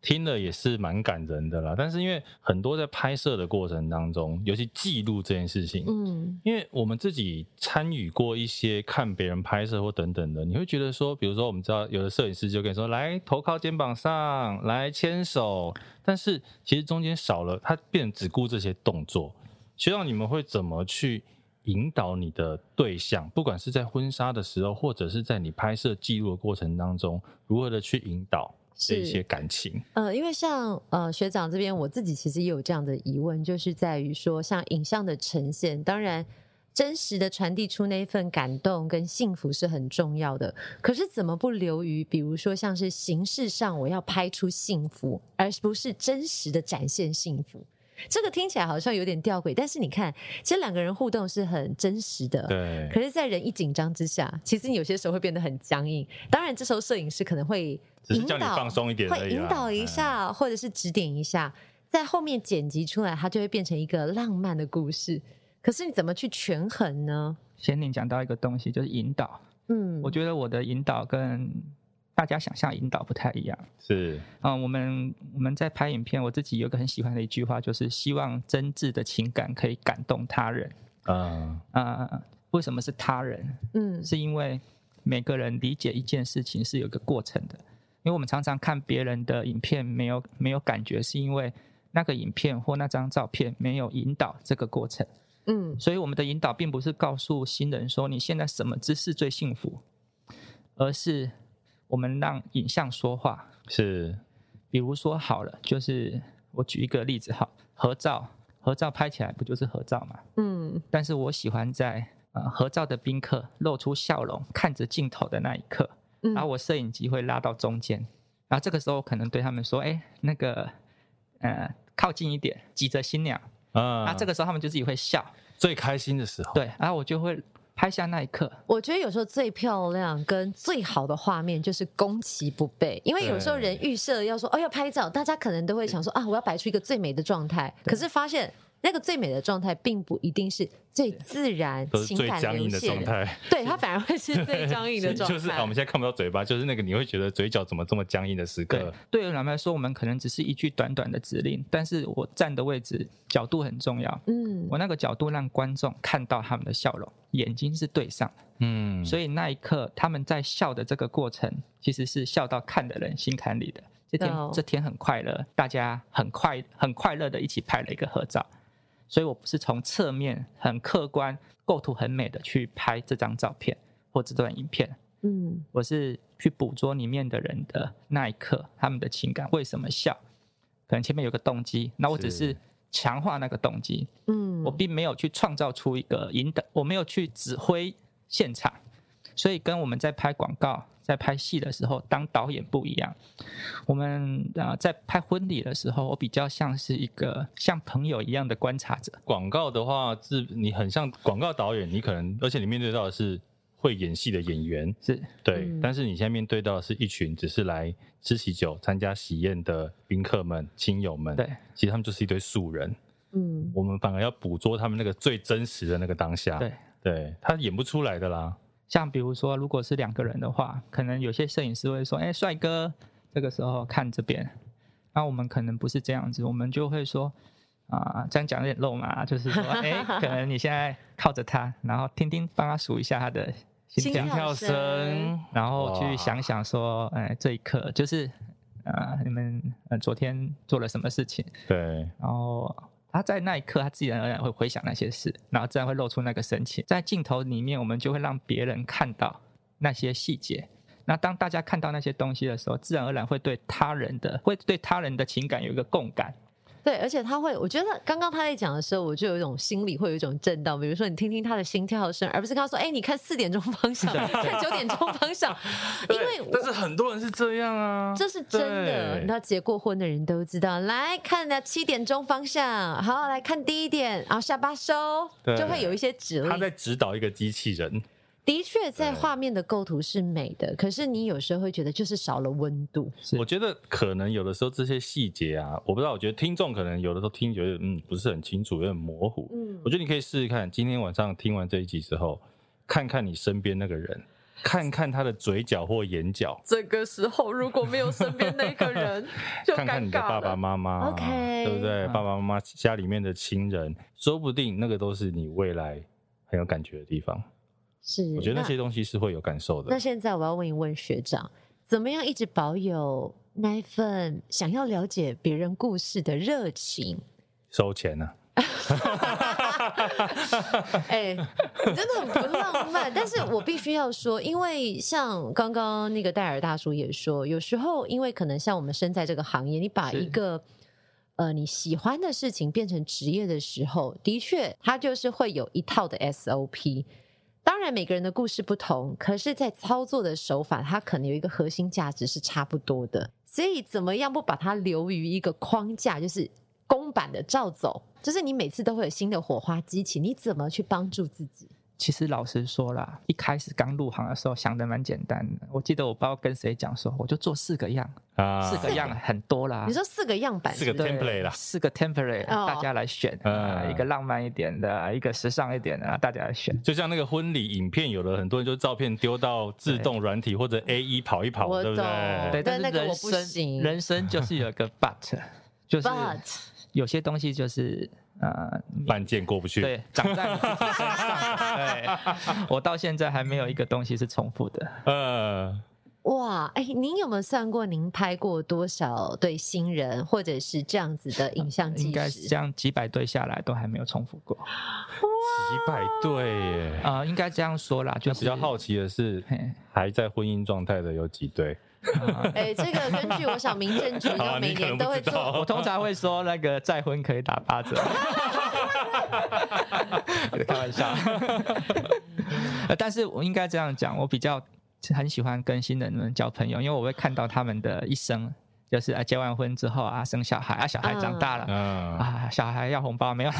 C: 听了也是蛮感人的啦。但是因为很多在拍摄的过程当中，尤其记录这件事情，
B: 嗯
C: 因为我们自己参与过一些看别人拍摄或等等的，你会觉得说，比如说我们知道有的摄影师就跟你说，来头靠肩膀上，来牵手，但是其实中间少了，他变成只顾这些动作。学长，你们会怎么去引导你的对象？不管是在婚纱的时候，或者是在你拍摄记录的过程当中，如何的去引导这一
B: 是
C: 些感情？
B: 呃，因为像呃学长这边，我自己其实也有这样的疑问，就是在于说，像影像的呈现，当然真实的传递出那一份感动跟幸福是很重要的。可是怎么不流于，比如说像是形式上我要拍出幸福，而不是真实的展现幸福？这个听起来好像有点吊诡，但是你看，其实两个人互动是很真实的，
C: 对，
B: 可是，在人一紧张之下，其实你有些时候会变得很僵硬。当然，这时候摄影师可能会
C: 只是
B: 引
C: 叫
B: 导，
C: 你放松一点而
B: 会
C: 已啊哎啦
B: 引导一下，或者是指点一下，在后面剪辑出来，它就会变成一个浪漫的故事。可是你怎么去权衡呢？
D: 贤宁讲到一个东西，就是引导。
B: 嗯，
D: 我觉得我的引导跟大家想象引导不太一样。
C: 是
D: 嗯、我们我们在拍影片，我自己有一个很喜欢的一句话，就是希望真挚的情感可以感动他人。
C: 嗯，
D: 呃，为什么是他人？
B: 嗯
D: 是因为每个人理解一件事情是有一个过程的。因为我们常常看别人的影片没有没有感觉，是因为那个影片或那张照片没有引导这个过程。
B: 嗯
D: 所以我们的引导并不是告诉新人说你现在什么姿势最幸福，而是我们让影像说话。
C: 是
D: 比如说好了，就是我举一个例子哈，合照，合照拍起来不就是合照嘛？
B: 嗯
D: 但是我喜欢在呃合照的宾客露出笑容，看着镜头的那一刻，
B: 嗯，
D: 然后我摄影机会拉到中间，然后这个时候我可能对他们说，哎、那个呃靠近一点，挤着新娘。
C: 啊
D: 那这个时候他们就自己会笑。
C: 最开心的时候，
D: 对，然后我就会拍下那一刻。
B: 我觉得有时候最漂亮跟最好的画面就是攻其不备，因为有时候人预设要说哦要拍照，大家可能都会想说啊我要摆出一个最美的状态，可是发现那个最美的状态，并不一定是最自然
C: 都是
B: 情
C: 最
B: 感
C: 僵
B: 流
C: 硬的
B: 泻
C: 状，态。
B: 对，它反而会是最僵硬的状态。
C: 就是啊，我们现在看不到嘴巴，就是那个你会觉得嘴角怎么这么僵硬的时
D: 对
C: 刻，，
D: 对于我们来说，我们可能只是一句短短的指令，但是我站的位置角度很重要。
B: 嗯
D: 我那个角度让观众看到他们的笑容，眼睛是对上，
C: 嗯，
D: 所以那一刻他们在笑的这个过程，其实是笑到看的人心坎里的。这天、
B: 哦
D: 这天很快乐，大家很快很快乐的一起拍了一个合照，所以我不是从侧面很客观、构图很美的去拍这张照片或这段影片，
B: 嗯
D: 我是去捕捉里面的人的那一刻他们的情感，为什么笑？可能前面有个动机，那我只
C: 是
D: 是强化那个动机，
B: 嗯，
D: 我并没有去创造出一个引导，我没有去指挥现场，所以跟我们在拍广告、在拍戏的时候当导演不一样。我们啊、呃在拍婚礼的时候，我比较像是一个像朋友一样的观察者，
C: 广告的话，是你很像广告导演，你可能而且你面对到的是会演戏的演员，
D: 是
C: 对，
B: 嗯
C: 但是你现在面对到的是一群只是来吃喜酒、参加喜宴的宾客们、亲友们，，
D: 对
C: 其实他们就是一堆素人，
B: 嗯
C: 我们反而要捕捉他们那个最真实的那个当下，
D: 对。
C: 对他演不出来的啦，
D: 像比如说，如果是两个人的话，可能有些摄影师会说：“哎、帅哥，这个时候看这边。”那我们可能不是这样子，我们就会说：“啊、这样讲有点肉麻，就是说，哎、可能你现在靠着他，然后听听帮他数一下他的心
B: 心跳
D: 跳，
B: 声
D: 然后
C: 哇
D: 去想想说，哎、这一刻就是呃，你们呃昨天做了什么事情？
C: 对，
D: 然后他在那一刻，他自然而然会回想那些事，然后自然会露出那个神情。在镜头里面，我们就会让别人看到那些细节。那当大家看到那些东西的时候，自然而然会对他人的， 会对他人的情感有一个共感。
B: 对，而且他会，我觉得刚刚他在讲的时候，我就有一种心里会有一种震荡。比如说，你听听他的心跳声，而不是跟他说：“哎、你看四点钟方向，看九点钟方 向。”因为我
C: 但是很多人是这样啊，
B: 这是真的，
C: 对
B: 你知道结过婚的人都知道。来看呢，七点钟方向，好，来看第一点，然后下巴收，
C: 对
B: 就会有一些指
C: 他在
B: 令。
C: 指导一个机器人，
B: 的确，在
C: 对
B: 画面的构图是美的，可是你有时候会觉得就是少了温度。
D: 对
C: 我觉得可能有的时候这些细节啊，我不知道，我觉得听众可能有的时候听觉得嗯不是很清楚，有点模糊。
B: 嗯
C: 我觉得你可以试试看，今天晚上听完这一集之后，看看你身边那个人，看看他的嘴角或眼角，
E: 这个时候如果没有身边那个 人，就
C: 看看
E: 尴
C: 你的
E: 尬
C: 爸爸
E: 了。
C: 妈妈
B: OK
C: 对不对？
D: 嗯
C: 爸爸妈妈家里面的亲人，说不定那个都是你未来很有感觉的地方。
B: 是，
C: 我觉得那些东西是会有感受
B: 那
C: 的。
B: 现在我要问一问学长，怎么样一直保有那一份想要了解别人故事的热情？
C: 收钱啊呢、
B: 哎、真的很不浪漫。但是我必须要说，因为像刚刚那个戴尔大叔也说，有时候因为可能像我们身在这个行业，你把
D: 是
B: 一个呃你喜欢的事情变成职业的时候，的确它就是会有一套的 SOP。当然，每个人的故事不同，可是，在操作的手法，它可能有一个核心价值是差不多的。所以，怎么样不把它留于一个框架，就是公版的照走？就是你每次都会有新的火花激起，你怎么去帮助自己？
D: 其实老实说啦，一开始刚入行的时候想的蛮简单的。我记得我不知道跟谁讲说，我就做四个样，
C: 啊，
D: 四个样很多啦。
B: 你说四个样板
C: 四个
B: 是不是
C: template 啦，
D: 四个 temporary，、
B: 哦
D: 大家来选、啊，
C: 嗯
D: 一个浪漫一点的，一个时尚一点的，啊大家来选。
C: 就像那个婚礼影片，有的很多人就照片丢到自动软体或者 A 一跑一跑，
B: 我
C: 对不
B: 懂
C: 对？
D: 对，但
B: 但
D: 是
B: 那个
D: 人
B: 我不行
D: 生人生就是有一个 but，就是
B: But
D: 有些东西就是呃，你
C: 半件过不去。
D: 对，长在你自己身 上。对，我到现在还没有一个东西是重复的。
C: 呃，
B: 哇，哎、您有没有算过您拍过多少对新人或者是这样子的影像
D: 应
B: 纪
D: 该是
B: 实
D: 这？样，几百对下来都还没有重复过。
C: 几百对耶。
D: 啊、应该这样说啦，就
C: 那
D: 是
C: 比较好奇的是
D: 嘿，
C: 还在婚姻状态的有几 对？
B: 哎、这个根据我想民政局
C: 好啊
B: 要每
C: 你可
B: 年
C: 能
B: 都
C: 不
B: 会
C: 知
B: 做，
C: 道
D: 我通常会说那个再婚可以打八 折，开玩笑。呃但是我应该这样讲，我比较很喜欢跟新人们交朋友，因为我会看到他们的一生，就是啊结完婚之后啊生小孩啊小孩长大了。
C: 嗯，
D: 啊，小孩要红包没有？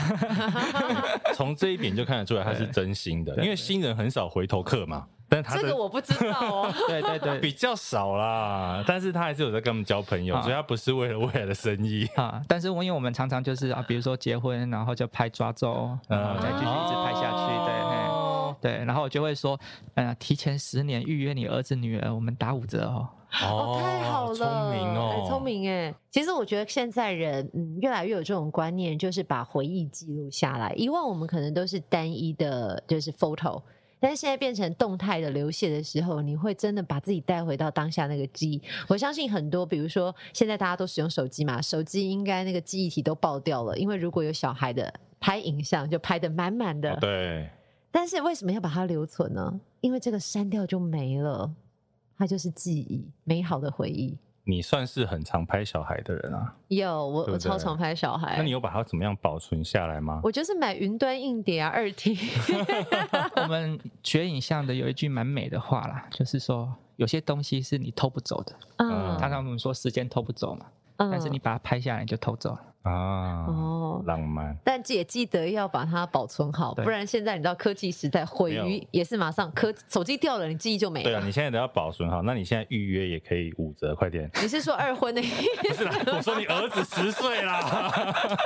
C: 从这一点就看得出来他是真心的，因为新人很少回头客嘛。但他
B: 这个
C: 的
B: 我不知道 哦。
D: 对对对
C: 比较少啦，但是他还是有在跟我们交朋友，
D: 啊
C: 所以他不是为了未来的生意。
D: 啊！但是我因为我们常常就是啊，比如说结婚，然后就拍抓周，然后再继续一直拍下去，对嘿
B: 哦
D: 对，然后我就会说，呃，提前十年预约你儿子女儿，我们打五折哦。
B: 哦，太好了，
C: 聪明哦
B: 哎，聪。明哎。其实我觉得现在人，嗯，越来越有这种观念，就是把回忆记录下来。以往我们可能都是单一的，就是 photo，但是现在变成动态的流泻的时候，你会真的把自己带回到当下那个记忆。我相信很多，比如说现在大家都使用手机嘛，手机应该那个记忆体都爆掉了，因为如果有小孩的拍影像，就拍的满满的。
C: 哦对，
B: 但是为什么要把它留存呢？因为这个删掉就没了，它就是记忆，美好的回忆。
C: 你算是很常拍小孩的人啊，
B: 有我
C: 对不
B: 我超
C: 对
B: 常拍小孩，
C: 那你有把它怎么样保存下来吗？
B: 我就是买云端硬碟啊，二 T。
D: 我们学影像的有一句蛮美的话啦，就是说有些东西是你偷不走的。
B: 嗯
C: 啊
D: 常常我们说时间偷不走嘛，
B: 嗯
D: 但是你把它拍下来你就偷走了。
C: 啊，
B: 哦
C: 浪漫。
B: 但也记得要把它保存好，
D: 对
B: 不然现在你知道科技时代毁
C: 没
B: 于
C: 有
B: 也是马上科手机掉了，你记忆就没
C: 对
B: 了。
C: 啊，你现在都要保存好，那你现在预约也可以五折，快点。
B: 你是说二婚的意
C: 不是啦，我说你儿子十岁啦，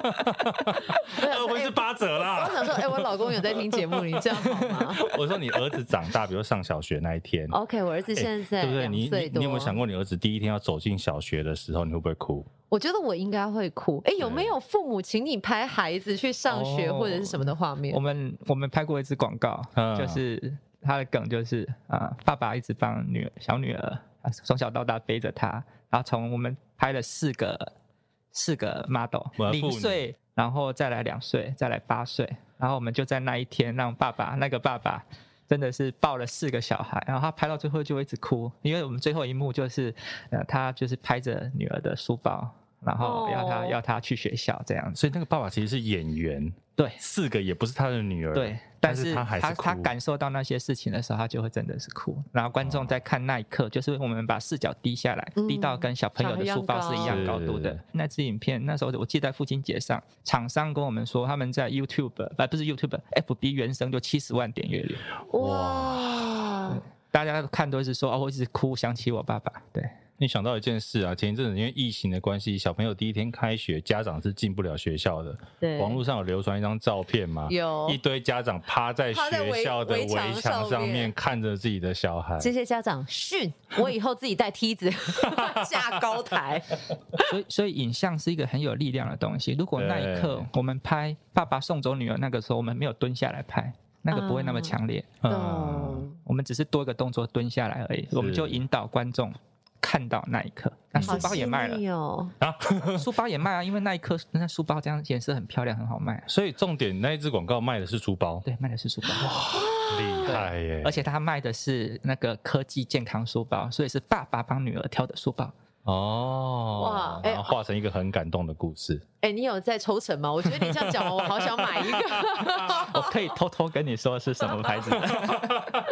C: 二婚是八折
B: 我
C: 啦。
B: 想说，哎、我老公有在听节目，你这样好 吗
C: 我说你儿子长大，比如上小学那一天，
B: ？OK，我儿子
C: 哎
B: 现在
C: 对不对？
B: 两
C: 你
B: 岁
C: 你
B: 多、
C: 你有没有想过，你儿子第一天要走进小学的时候，你会不会哭？
B: 我觉得我应该会哭。哎、有
C: 对
B: 没有父母请你拍孩子去上学
D: 哦
B: 或者是什么的画面？
D: 我们我们拍过一支广告，
C: 嗯
D: 就是它的梗就是啊、爸爸一直帮女儿小女儿啊从小到大背着她，然后从我们拍了四个四个 model，
C: 我
D: 零
C: 妇女
D: 岁，然后再来两岁，再来八岁，然后我们就在那一天让爸爸那个爸爸。真的是抱了四个小孩，然后他拍到最后就会一直哭，因为我们最后一幕就是，呃，他就是拍着女儿的书包，然后要他、
B: 哦
D: 要他去学校这样子。
C: 所以那个爸爸其实是演员，
D: 对，
C: 四个也不是他的女儿，
D: 对，但
C: 但
D: 是
C: 他还是
D: 他
C: 哭
D: 他感受到那些事情的时候，他就会真的是哭。然后观众在看那一刻，就是我们把视角低下来，
B: 嗯
D: 低到跟小朋友的书包是一样高度的
C: 是。
D: 那支影片那时候我记得在父亲节上，厂商跟我们说他们在 YouTube 呃不是 YouTube，FB 原生就七十万点阅率，
B: 哇，
D: 大家看都是说哦，我一直哭，想起我爸爸。对，
C: 你想到一件事啊，前一阵子因为疫情的关系，小朋友第一天开学，家长是进不了学校的。
B: 对，
C: 网络上有流传一张照片嘛，
B: 有
C: 一堆家长趴在
B: 趴在围
C: 学校的
B: 围
C: 围
B: 墙
C: 墙
B: 上
C: 上
B: 面
C: 面，看着自己的小孩。
B: 这些家长训我以后自己带梯子 下高 台，
D: 所以所以影像是一个很有力量的东西。如果那一刻我们拍爸爸送走女儿那个时候，我们没有蹲下来拍，那个不会那么强烈。
C: 嗯，
B: 懂
D: 我们只是多一个动作蹲下来而已，我们就引导观众看到那一刻。那书
B: 好
D: 包
B: 细
D: 也卖
B: 腻
D: 了，
B: 哦。
D: 书包也卖啊，因为那一刻那书包这样颜色很漂亮，很好卖。啊
C: 所以重点那一支广告卖的是书包，
D: 对，卖的是书 包，
C: 厉害耶！
D: 而且他卖的是那个科技健康书包，所以是爸爸帮女儿挑的书包。
C: 哦，
B: 哇哎
C: 然后画成一个很感动的故事。
B: 哎、你有在抽成吗？我觉得你这样讲完，我好想买一个，
D: 我哦可以偷偷跟你说是什么牌子的。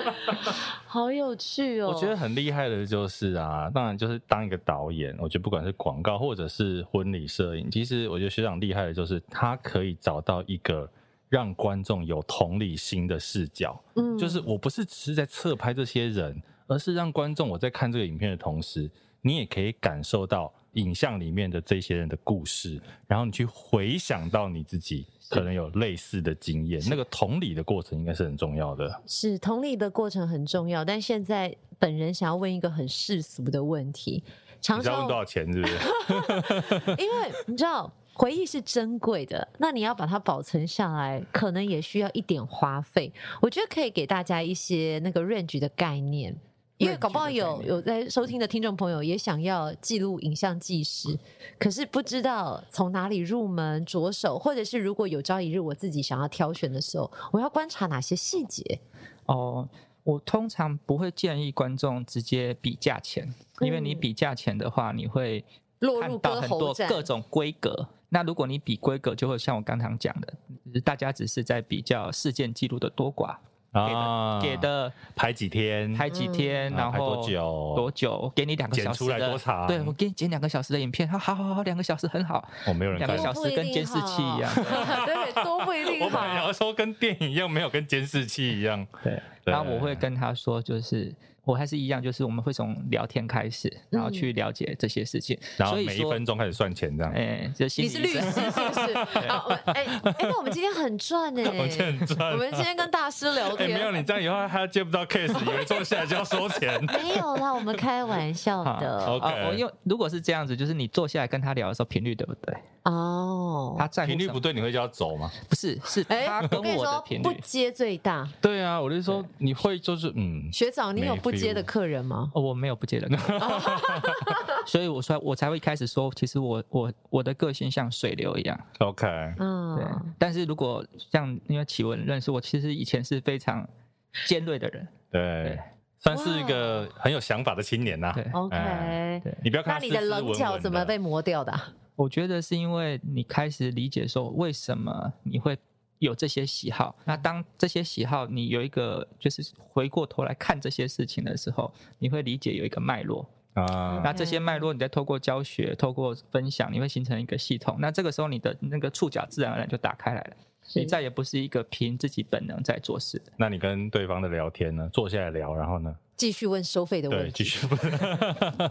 B: 好有趣哦。
C: 我觉得很厉害的就是啊，当然就是当一个导演，我觉得不管是广告或者是婚礼摄影，其实我觉得学长厉害的就是他可以找到一个让观众有同理心的视角，
B: 嗯
C: 就是我不是只是在侧拍这些人，而是让观众我在看这个影片的同时，你也可以感受到影像里面的这些人的故事，然后你去回想到你自己可能有类似的经验，那个同理的过程应该是很重要的。
B: 是同理的过程很重要，但现在本人想要问一个很世俗的问题，
C: 你
B: 常
C: 知道
B: 常
C: 问多少钱 是不是？
B: 因为你知道，回忆是珍贵的，那你要把它保存下来，可能也需要一点花费。我觉得可以给大家一些那个 range 的概念，因为
D: range
B: 搞不好
D: 的概
B: 有
D: 念
B: 有在收听的听众朋友也想要记录影像纪实，可是不知道从哪里入门着手，或者是如果有朝一日我自己想要挑选的时候，我要观察哪些细节？
D: 哦，我通常不会建议观众直接比价钱，因为你
B: 嗯
D: 比价钱的话，你会
B: 落入
D: 看到
B: 割
D: 很
B: 喉
D: 多
B: 战
D: 各种规格。那如果你比规格，就会像我刚刚讲的，大家只是在比较事件记录的多寡，
C: 啊
D: 给的
C: 拍几天，
D: 拍几天，
C: 啊
D: 然
C: 拍
D: 后
C: 多久
D: 多久？我给你两个
C: 剪
D: 小时
C: 出来
D: 的
C: 多长
D: 对我给你剪两个小时的影片，好好好好，两个小时很好，
C: 我、没有人
D: 两
C: 看
D: 个。小时跟监视器一样。
B: 对，多不一定
C: 我本来
B: 好。
C: 要说跟电影一样，没有跟监视器一样。
D: 对，
C: 对
D: 然后我会跟他说，就是我还是一样，就是我们会从聊天开始，
B: 嗯
D: 然后去了解这些事情。
C: 然后
D: 所以
C: 每一
D: 说，
C: 分钟开始算钱 这样。
B: 啊
D: 哎，这心
B: 你
D: 理
B: 是律
D: 医
B: 师
D: 生
B: 是不 是？啊，我哎哎，那我们今天很赚哎，
C: 我欠赚
B: 我们今天跟大师聊
C: 哎，
B: 天，
C: 没有你这样以后他接不到 case，以为做下来就要收钱。
B: 没有啦，我们开玩 笑的
C: OK
D: 啊，我因为如果是这样子，就是你坐下来跟他聊的时候，频率对不对？
B: 哦。
D: 他在乎
C: 频率
D: 什
C: 不
D: 么
C: 对，你会就要走吗？
D: 不是是
B: 哎
D: 他跟
B: 我跟你
D: 我的
B: 说
D: 频，
B: 不
D: 率。
B: 接最大。
C: 对啊，我就说你会就是嗯，
B: 学长，你有
C: 没
B: 不接的
C: feel
B: 客人吗？
D: 哦，我没有不接的， 所以我说我才会一开始说，其实我我我的个性像水流一样，
C: OK，
B: 嗯
D: 对，。但是如果像因为启文认识我，其实以前是非常尖锐的人，
C: 对，算是一个很有想法的青年呐、
D: 对，
C: 哎
B: ，OK。
D: 对
C: 你不要看
B: 那
C: 他
B: 你的
C: 斯斯
B: 棱
C: 文
B: 角
C: 文
B: 怎么
C: 的
B: 被磨掉的 啊？
D: 我觉得是因为你开始理解说为什么你会有这些喜好，那当这些喜好你有一个就是回过头来看这些事情的时候，你会理解有一个脉络，
C: 啊？
D: 那这些脉络你再透过教学、透过分享，你会形成一个系统，那这个时候你的那个触角自然而然就打开来了。你再也不是一个凭自己本能在做事的，
C: 那你跟对方的聊天呢？坐下来聊，然后呢？
B: 继续问收费的
C: 对，
B: 问题，
C: 继续 不？。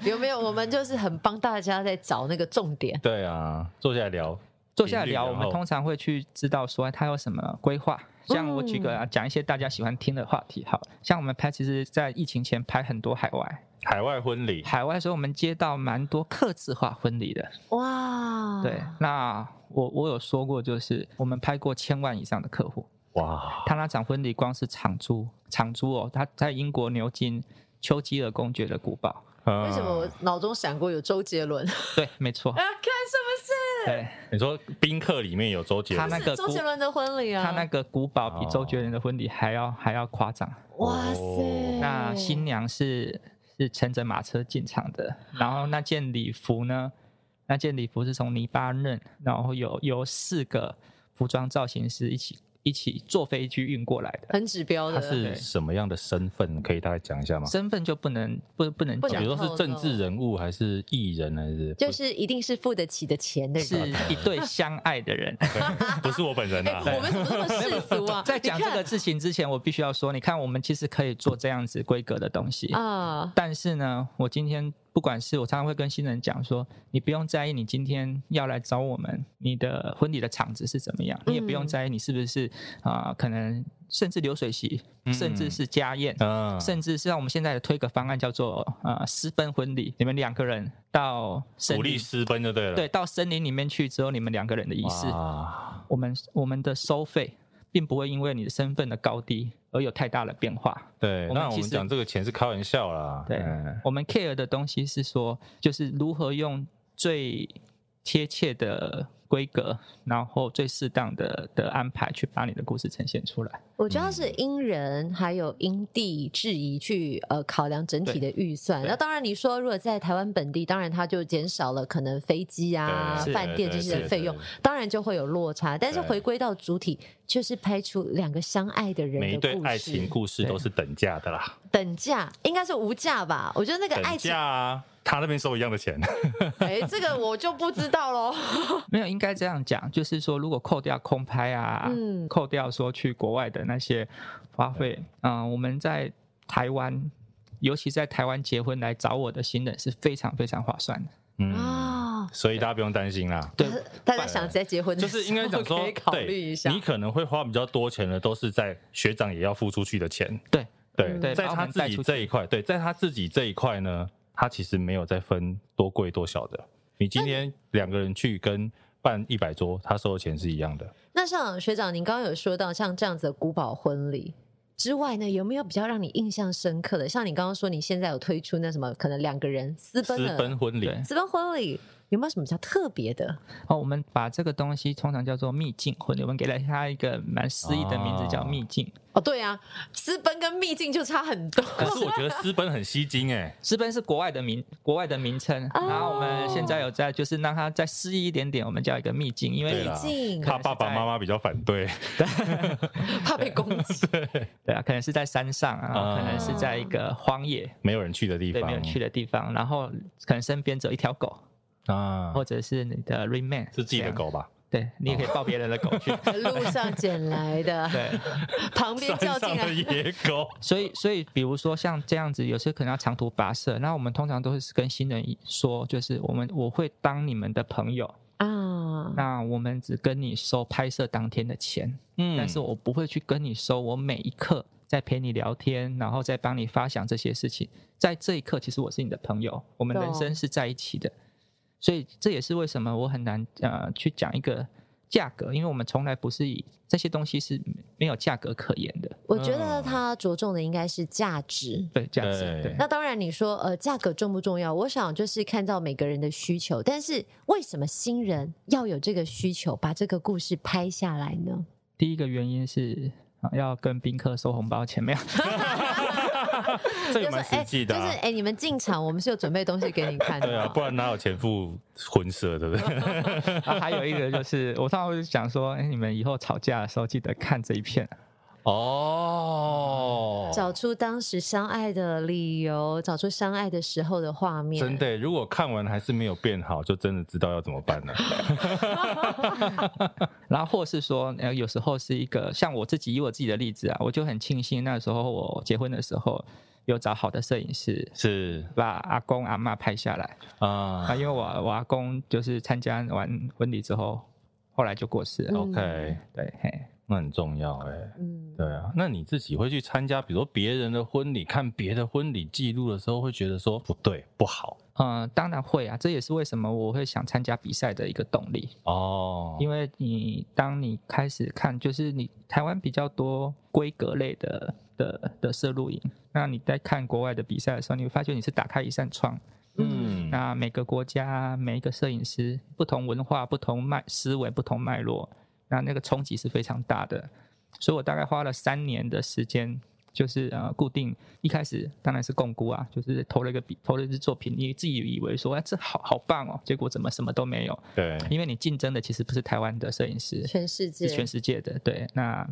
B: 有没有？我们就是很帮大家在找那个重点
C: 对啊，坐下来聊，
D: 坐下来
C: 频率
D: 聊，
C: 然
D: 我们
C: 后
D: 通常会去知道说他有什么规划。像我举个啊讲一些大家喜欢听的话题，好了，像我们拍，其实在疫情前拍很多海外，
C: 海外婚礼，
D: 海外的时候我们接到蛮多客制化婚礼的。
B: 哇，
D: 对，那我我有说过，就是我们拍过千万以上的客户，
C: 哇，
D: 他那场婚礼光是场租，场租哦，他在英国牛津丘吉尔公爵的古堡。
C: 为
B: 为什么
C: 嗯
B: 我脑中闪过有周杰 伦？
D: 对，没错，
B: 哎
E: 看是
D: 对
C: 你说宾客里面有周杰
D: 他
C: 伦
D: 那个
B: 周
D: 古
B: 杰，伦的婚礼啊，
D: 他那个古堡比周杰伦的婚礼还要还要夸张。
B: 哇
C: 哦
B: 塞，
D: 那新娘是是乘着马车进场的，然后那件礼服呢，那件礼服是从黎巴嫩，然后有有四个服装造型师一起一起坐飞机运过来的，
B: 很指标的，
C: 他是什么样的身份？可以大概讲一下吗？啊
D: 身份就不能不不能
B: 不
C: 比
D: 讲
B: 能，
C: 如说是政治人物还是艺人还是？
B: 就是一定是付得起的钱的
D: 是
B: 人。
D: 一对相爱的人。
C: 不是我本人啊，
B: 哎我们怎么这么世俗啊？
D: 在讲这个事情之前，我必须要说，你看，我们其实可以做这样子规格的东西，
B: 啊，
D: 但是呢，我今天不管是我常常会跟新人讲说，你不用在意你今天要来找我们，你的婚礼的场子是怎么样，你也不用在意你是不是啊、可能甚至流水席，甚至是家宴。
C: 嗯，
D: 甚至是让我们现在推个方案叫做呃私奔婚礼，你们两个人到森
C: 鼓励
D: 林，
C: 私奔就对了。
D: 对，到森林里面去之后，你们两个人的仪式，
C: 哇，
D: 我们我们的收费并不会因为你的身份的高低而有太大的变化。
C: 对，
D: 我们
C: 那我
D: 其
C: 们
D: 实
C: 讲这个钱是开玩笑啦。
D: 对
C: 嗯
D: 我们 care 的东西是说，就是如何用最贴切的规格，然后最适当的的安排去把你的故事呈现出来。
B: 我觉得是因人还有因地制宜去呃考量整体的预算。
D: 对
B: 那当然，你说如果在台湾本地，当然它就减少了可能飞机啊
C: 对、是
B: 饭店这些的费用
C: 对对对，
B: 当然就会有落差。但是
C: 对
B: 回归到主体，就是拍出两个相爱的
C: 每
B: 人
C: 一
B: 的
C: 对
B: 故
C: 爱情
B: 事，
C: 故事都是等价的啦，
B: 等价应该是无价吧？我觉得那个爱
C: 等
B: 情
C: 价，啊，他那边收一样 的钱。
E: 不是？哎，这个我就不知道喽。
D: 没有，应该这样讲，就是说，如果扣掉空拍啊，
B: 嗯
D: 扣掉说去国外的那些花费，嗯、我们在台湾，尤其在台湾结婚来找我的新人是非常非常划算的。
C: 嗯，
B: 啊，
C: 所以大家不用担心啦。
D: 对，
B: 大家想在结 婚的
C: 就
B: 时候
C: 是应该讲说
B: 可以，考
C: 对，
B: 虑一下
C: 你。可能会花比较多钱的，都是在学长也要付出去的钱。
D: 对
B: 嗯
C: 对，
D: 对
C: 在
D: 把我
C: 他
D: 们带
C: 自己
D: 出去
C: 这一块，对，在他自己这一块呢，他其实没有再分多贵多小的。你今天两个人去跟办一百桌，他收的钱是一样的。
B: 那像学长，您刚刚有说到像这样子的古堡婚礼之外呢，有没有比较让你印象深刻的？像你刚刚说你现在有推出那什么，可能两个人私奔
C: 私
B: 的
C: 奔婚礼，
D: 对
B: 私奔婚礼，有没有什么比较特别的？
D: 哦，我们把这个东西通常叫做秘境婚礼，我们给了它一个蛮诗意的名字，叫秘境。
B: 哦，对啊，私奔跟秘境就差很多。
C: 可是我觉得私奔很吸睛哎、
D: 私奔是国外的名，国外的名称。
B: 哦
D: 然后我们现在有在，就是让它再诗意一点点，我们叫一个秘境，因
C: 对
D: 为
C: 啦
B: 毕竟
C: 怕爸爸妈妈比较反对。
B: 怕被攻击。
D: 对啊，可能是在山上啊，
C: 啊
D: 可能是在一个荒野，
C: 没有人去的地
D: 对，
C: 方，
D: 没有去的地方，然后可能身边只有一条狗，
C: 啊，
D: 哦或者是你的 remain，
C: 是自己的，狗吧？
D: 对你也可以抱别人 的狗去。
B: 路上捡来的，
D: 对，
B: 旁边
C: 山
B: 叫进
C: 上的
B: 来，
C: 野狗，
D: 所以所以比如说像这样子，有些可能要长途跋涉，那我们通常都是跟新人说，就是我们我会当你们的朋友，
B: 啊，
D: 那我们只跟你收拍摄当天的钱，
C: 嗯
D: 但是我不会去跟你收我每一刻在陪你聊天，然后再帮你发想这些事情。在这一刻，其实我是你的朋友，我们人
B: 懂
D: 生是在一起的，所以这也是为什么我很难呃去讲一个价格，因为我们从来不是以这些东西是没有价格可言的，
B: 我觉得
C: 嗯
B: 它着重的应该是价值。
D: 对价值
C: 对
D: 对。
B: 那当然，你说呃，价格重不重要？我想就是看到每个人的需求，但是为什么新人要有这个需求，把这个故事拍下来呢？
D: 第一个原因是、啊、要跟宾客收红包钱，没有？
C: 这
B: 就
C: 也
B: 是
C: 蛮实际的、
B: 哎
C: 啊
B: 就是哎、你们进场，我们是有准备东西给你看的。
C: 对啊，不然哪有钱付婚社，对不对？
D: 啊还有一个就是，我通常会讲说，哎、你们以后吵架的时候记得看这一片。啊
C: 哦，
B: 找出当时相爱的理由，找出相爱的时候的画面。
C: 真的，如果看完还是没有变好，就真的知道要怎么办了。
D: 然后或是说，呃，有时候是一个像我自己以我自己的例子啊，我就很庆幸那时候我结婚的时候有找好的摄影师。
C: 是
D: 把阿公阿嬷拍下来
C: 啊、
D: 啊，因为我我阿公就是参加完婚礼之后，后来就过世了。
B: 嗯
C: o k
D: 对，嘿，
C: 那很重要哎、
B: 嗯，
C: 对啊，那你自己会去参加，比如说别人的婚礼，看别的婚礼记录的时候，会觉得说不对，不好
D: 呃，当然会啊，这也是为什么我会想参加比赛的一个动力。
C: 哦，
D: 因
C: 为
D: 为你当你开始看，就是你台湾比较多规格类的的的摄录影，那你在看国外的比赛的时候，你会发觉你是打开一扇窗。
C: 嗯
D: 那每个国家、每一个摄影师，不同文化、不同脉思维、不同脉络，那那个冲击是非常大的。所以我大概花了三年的时间，就是呃固定一开始当然是共估啊，就是投了一个笔，投了一支作品，你自己以为说哎、这好好棒哦，结果怎么什么都没有？
C: 对，
D: 因为你竞争的其实不是台湾的摄影师，
B: 全世界
D: 是全世界的。对，那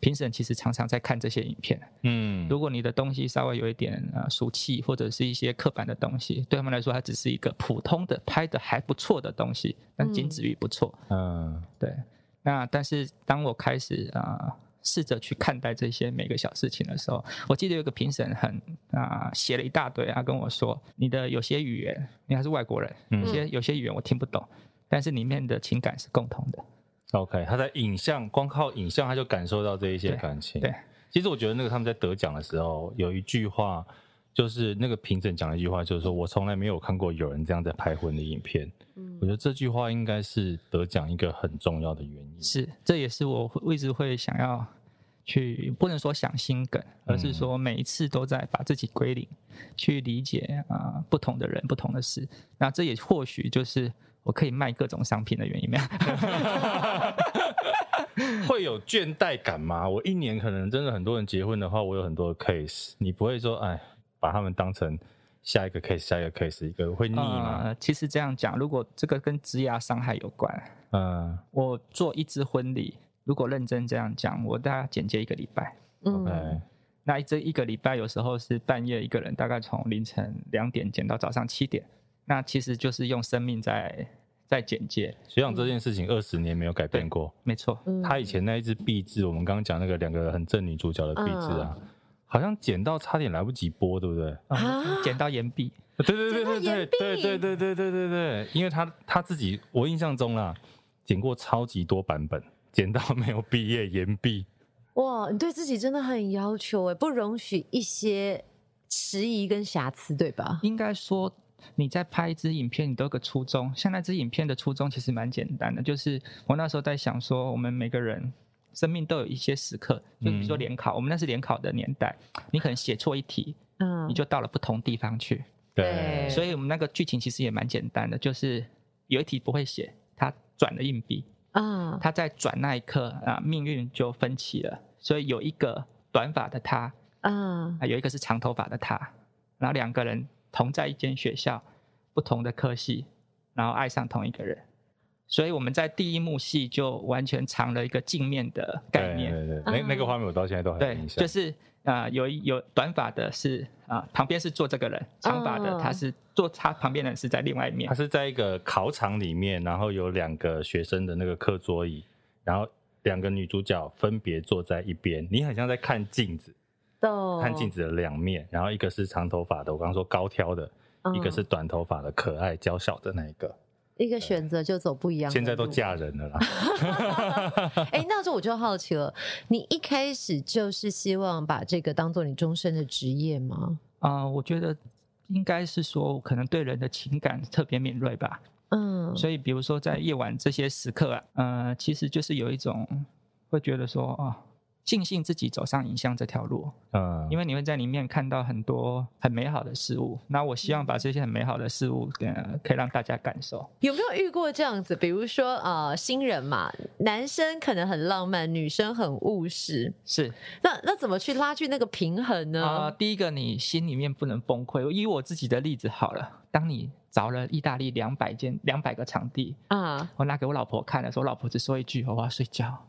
D: 评审其实常常在看这些影片。
C: 嗯，
D: 如果你的东西稍微有一点呃俗气，或者是一些刻板的东西，对他们来说，它只是一个普通的拍的还不错的东西，但仅止于不错。
C: 嗯
D: 对，那但是当我开始啊、呃试着去看待这些每个小事情的时候，我记得有个评审很啊、写了一大堆，他跟我说，你的有些语言，你还是外国人，有些有些语言我听不懂，但是里面的情感是共同的。
C: ，OK，他在影像，光靠影像他就感受到这一些
D: 对
C: 感情。
D: 对，
C: 其实我觉得那个他们在得奖的时候有一句话，就是那个评审讲了一句话，就是说我从来没有看过有人这样在拍婚礼影片。
D: 嗯
B: 嗯
C: 我觉得这句话应该是得奖一个很重要的原因。
D: 是，这也是我会一直会想要去，不能说想心梗，而是说每一次都在把自己归零，去理解啊、不同的人、不同的事。那这也或许就是我可以卖各种商品的原因吧。
C: 会有倦怠感吗？我一年可能真的很多人结婚的话，我有很多 case，你不会说哎，把他们当成下一个 case，下一个 case 一个会腻吗？
D: 呃，其实这样讲，如果这个跟职涯伤害有关，
C: 嗯
D: 我做一支婚礼，如果认真这样讲，我大概剪接一个礼拜。
B: 嗯
C: ，OK，
D: 那这一个礼拜有时候是半夜一个人，大概从凌晨两点剪到早上七点，那其实就是用生命在在剪接，
C: 学长这件事情二十年没有改变过。
D: 没错。
B: 嗯
C: 他以前那一只壁纸，我们刚刚讲那个两个很正女主角的壁纸啊，好像剪到差点来不及播，对不 对？
B: 啊
D: 嗯剪到岩壁，
C: 对对
B: 剪
C: 对对
B: 到
C: 对
B: 岩
C: 对
B: 壁
C: 对对对对对对，因为他他自己，我印象中啦，剪过超级多版本，剪到没有毕业延 毕。
B: 哇，你对自己真的很要求哎，不容许一些迟疑跟瑕疵，对吧？
D: 应该说你在拍一支影片，你都有个初衷。像那支影片的初衷其实蛮简单的，就是我那时候在想说，我们每个人生命都有一些时刻，就比如说
C: 嗯
D: 联考，我们那是联考的年代，你可能写错一题，
B: 嗯，
D: 你就到了不同地方去。
B: 对
D: 所以我们那个剧情其实也蛮简单的，就是有一题不会写，他转了硬币，
B: 啊，
D: 他在转那一刻啊，命运就分歧了。所以有一个短发的他，
B: 啊，
D: 啊，有一个是长头发的他，然后两个人同在一间学校，不同的科系，然后爱上同一个人。所以我们在第一幕戏就完全藏了一个镜面的概念。嗯
C: 对对对，那那个画面我到现在都还有
D: 对
C: 印，象
D: 就。是啊，呃有一有短发的是啊、呃旁边是坐这个人，长发的
B: 嗯
D: 他是坐他旁边的人是在另外一面
C: 他。是在一个考场里面，然后有两个学生的那个课桌椅，然后两个女主角分别坐在一边，你很像在看镜子，
B: 懂
C: 看镜子的两面，然后一个是长头发的，我刚刚说高挑的，一个
B: 嗯
C: 是短头发的，可爱娇小的那一个，
B: 一个选择就走不一样的路。
C: 现在都嫁人了啦。
B: 哎、那时候我就好奇了，你一开始就是希望把这个当做你终身的职业吗？
D: 啊、我觉得应该是说，可能对人的情感特别敏锐吧。
B: 嗯，
D: 所以，比如说在夜晚这些时刻啊，呃，其实就是有一种会觉得说，哦，庆幸自己走上影像这条路，
C: 嗯，
D: 因为你会在里面看到很多很美好的事物。那我希望把这些很美好的事物，呃，可以让大家感受。
B: 有没有遇过这样子？比如说，呃，新人嘛，男生可能很浪漫，女生很务实，
D: 是
B: 那那怎么去拉锯那个平衡呢？
D: 啊、第一个你心里面不能崩溃。以我自己的例子好了，当你找了意大利两百间、两百个场地，
B: 啊，
D: 我拿给我老婆看的时候，我老婆只说一句：“我要睡觉。”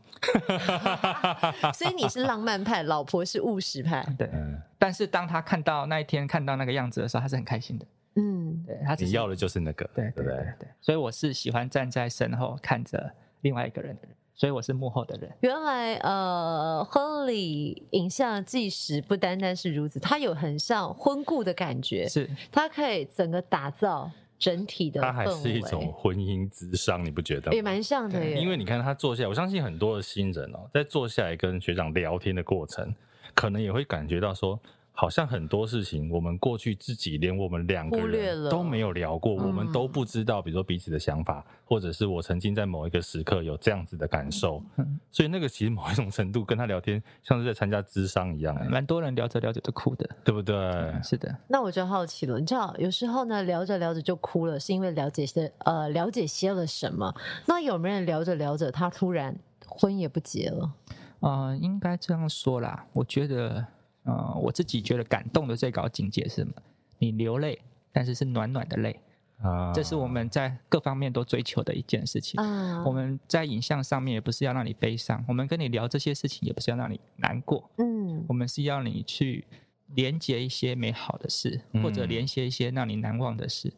B: 所以你是浪漫派，老婆是务实派，
D: 对，
C: 嗯，
D: 但是当他看到那一天看到那个样子的时候，他是很开心的。
B: 嗯，
D: 对他只
C: 你
D: 是
C: 要的就是那个，
D: 对
C: 不
D: 对对对，所以我是喜欢站在身后看着另外一个人的人，所以我是幕后的人。
B: 原来呃，婚礼影像纪实不单单是如此，它有很像婚故的感觉，
D: 是
B: 它可以整个打造整体的氛围，
C: 它还是一种婚姻之商，你不觉得吗？
B: 也蛮像的耶，
C: 因为你看他坐下来，我相信很多的新人哦，在坐下来跟学长聊天的过程，可能也会感觉到说，好像很多事情我们过去自己连我们两个
B: 忽略
C: 人
B: 了
C: 都没有聊过，
B: 嗯
C: 我们都不知道，比如说彼此的想法，或者是我曾经在某一个时刻有这样子的感受
D: 嗯，
C: 所以那个其实某一种程度跟他聊天，像是在参加智商一样，哎
D: 蛮多人聊着聊着就哭的。
C: 对不对？
D: 嗯是的，
B: 那我就好奇了，你知道，有时候呢聊着聊着就哭了，是因为了解些呃了解些了什么。那有没有人聊着聊着，他突然婚也不结了？
D: 呃，应该这样说啦。我觉得，呃，我自己觉得感动的最高境界是什么？你流泪，但是是暖暖的泪，
C: 啊
D: 这是我们在各方面都追求的一件事情。
B: 啊，
C: 嗯
D: 我们在影像上面也不是要让你悲伤，我们跟你聊这些事情也不是要让你难过，
B: 嗯
D: 我们是要你去连接一些美好的事，
C: 嗯
D: 或者连接一些让你难忘的事，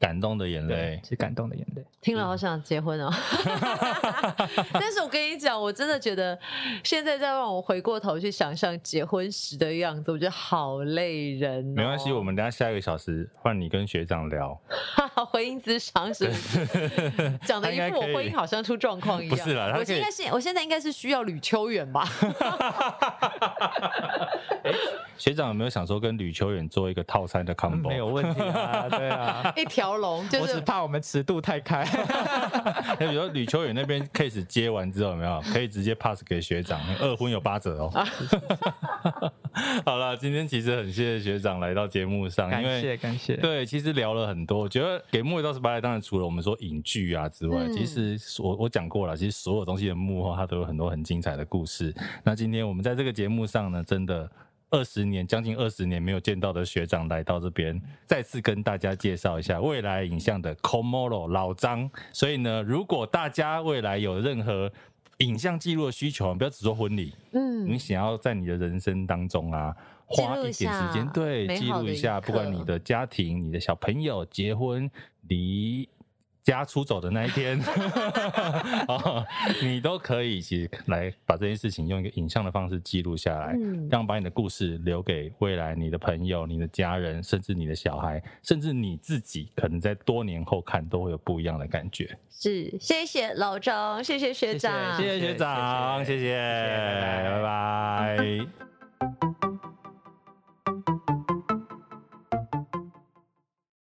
C: 感动的眼泪
D: 对，，是感动的眼泪。
B: 听
C: 嗯
B: 了好想结婚 哦。但是我跟你讲，我真的觉得现在再让我回过头去想象结婚时的样子，我觉得好累人、哦。
C: 没 关系，我们等一下下一个小时换你跟学长聊。
B: 婚姻之商 是不是讲的一副我婚姻好像出状况一样。
C: 不是啦他
B: 我
C: 可以
B: 现在是我现在应该是需要吕秋远 吧？
C: 学长有没有想说跟吕秋远做一个套餐的 combo？
D: 嗯没有问题啊， 对 啊，
B: 一条龙就
D: 我只
B: 是
D: 怕我们尺度太开。
C: 那 比如说吕秋远那边 case 接完之后，有没有可以直接 pass 给学长？二婚有八折哦。 好了，今天其实很谢谢学长来到节目上，
D: 感
C: 因为
D: 谢感谢，
C: 对，其实聊了很多。我觉得给幕后到十八来，当然除了我们说影剧啊之外，
B: 嗯
C: 其实我我讲过了，其实所有东西的幕后它都有很多很精彩的故事。那今天我们在这个节目上呢，真的。二十年，将近二十年没有见到的学长来到这边，再次跟大家介绍一下未来影像的 Komoro 老张。所以呢，如果大家未来有任何影像记录的需求，不要只做婚礼，
B: 嗯
C: 你想要在你的人生当中啊，花
B: 记录
C: 一
B: 一
C: 点
B: 下
C: 时间，对，
B: 美
C: 记
B: 好
C: 录
B: 的
C: 一
B: 一
C: 下，不管你
B: 刻
C: 的家庭、你的小朋友结婚、离家出走的那一天， 哦，你都可以其实来把这件事情用一个影像的方式记录下来，
B: 嗯
C: 让把你的故事留给未来你的朋友、你的家人，甚至你的小孩，甚至你自己，可能在多年后看都会有不一样的感觉。
B: 是谢谢老张，谢谢学长，
D: 谢
C: 谢谢学长，谢谢，
D: 谢谢拜拜
C: 拜拜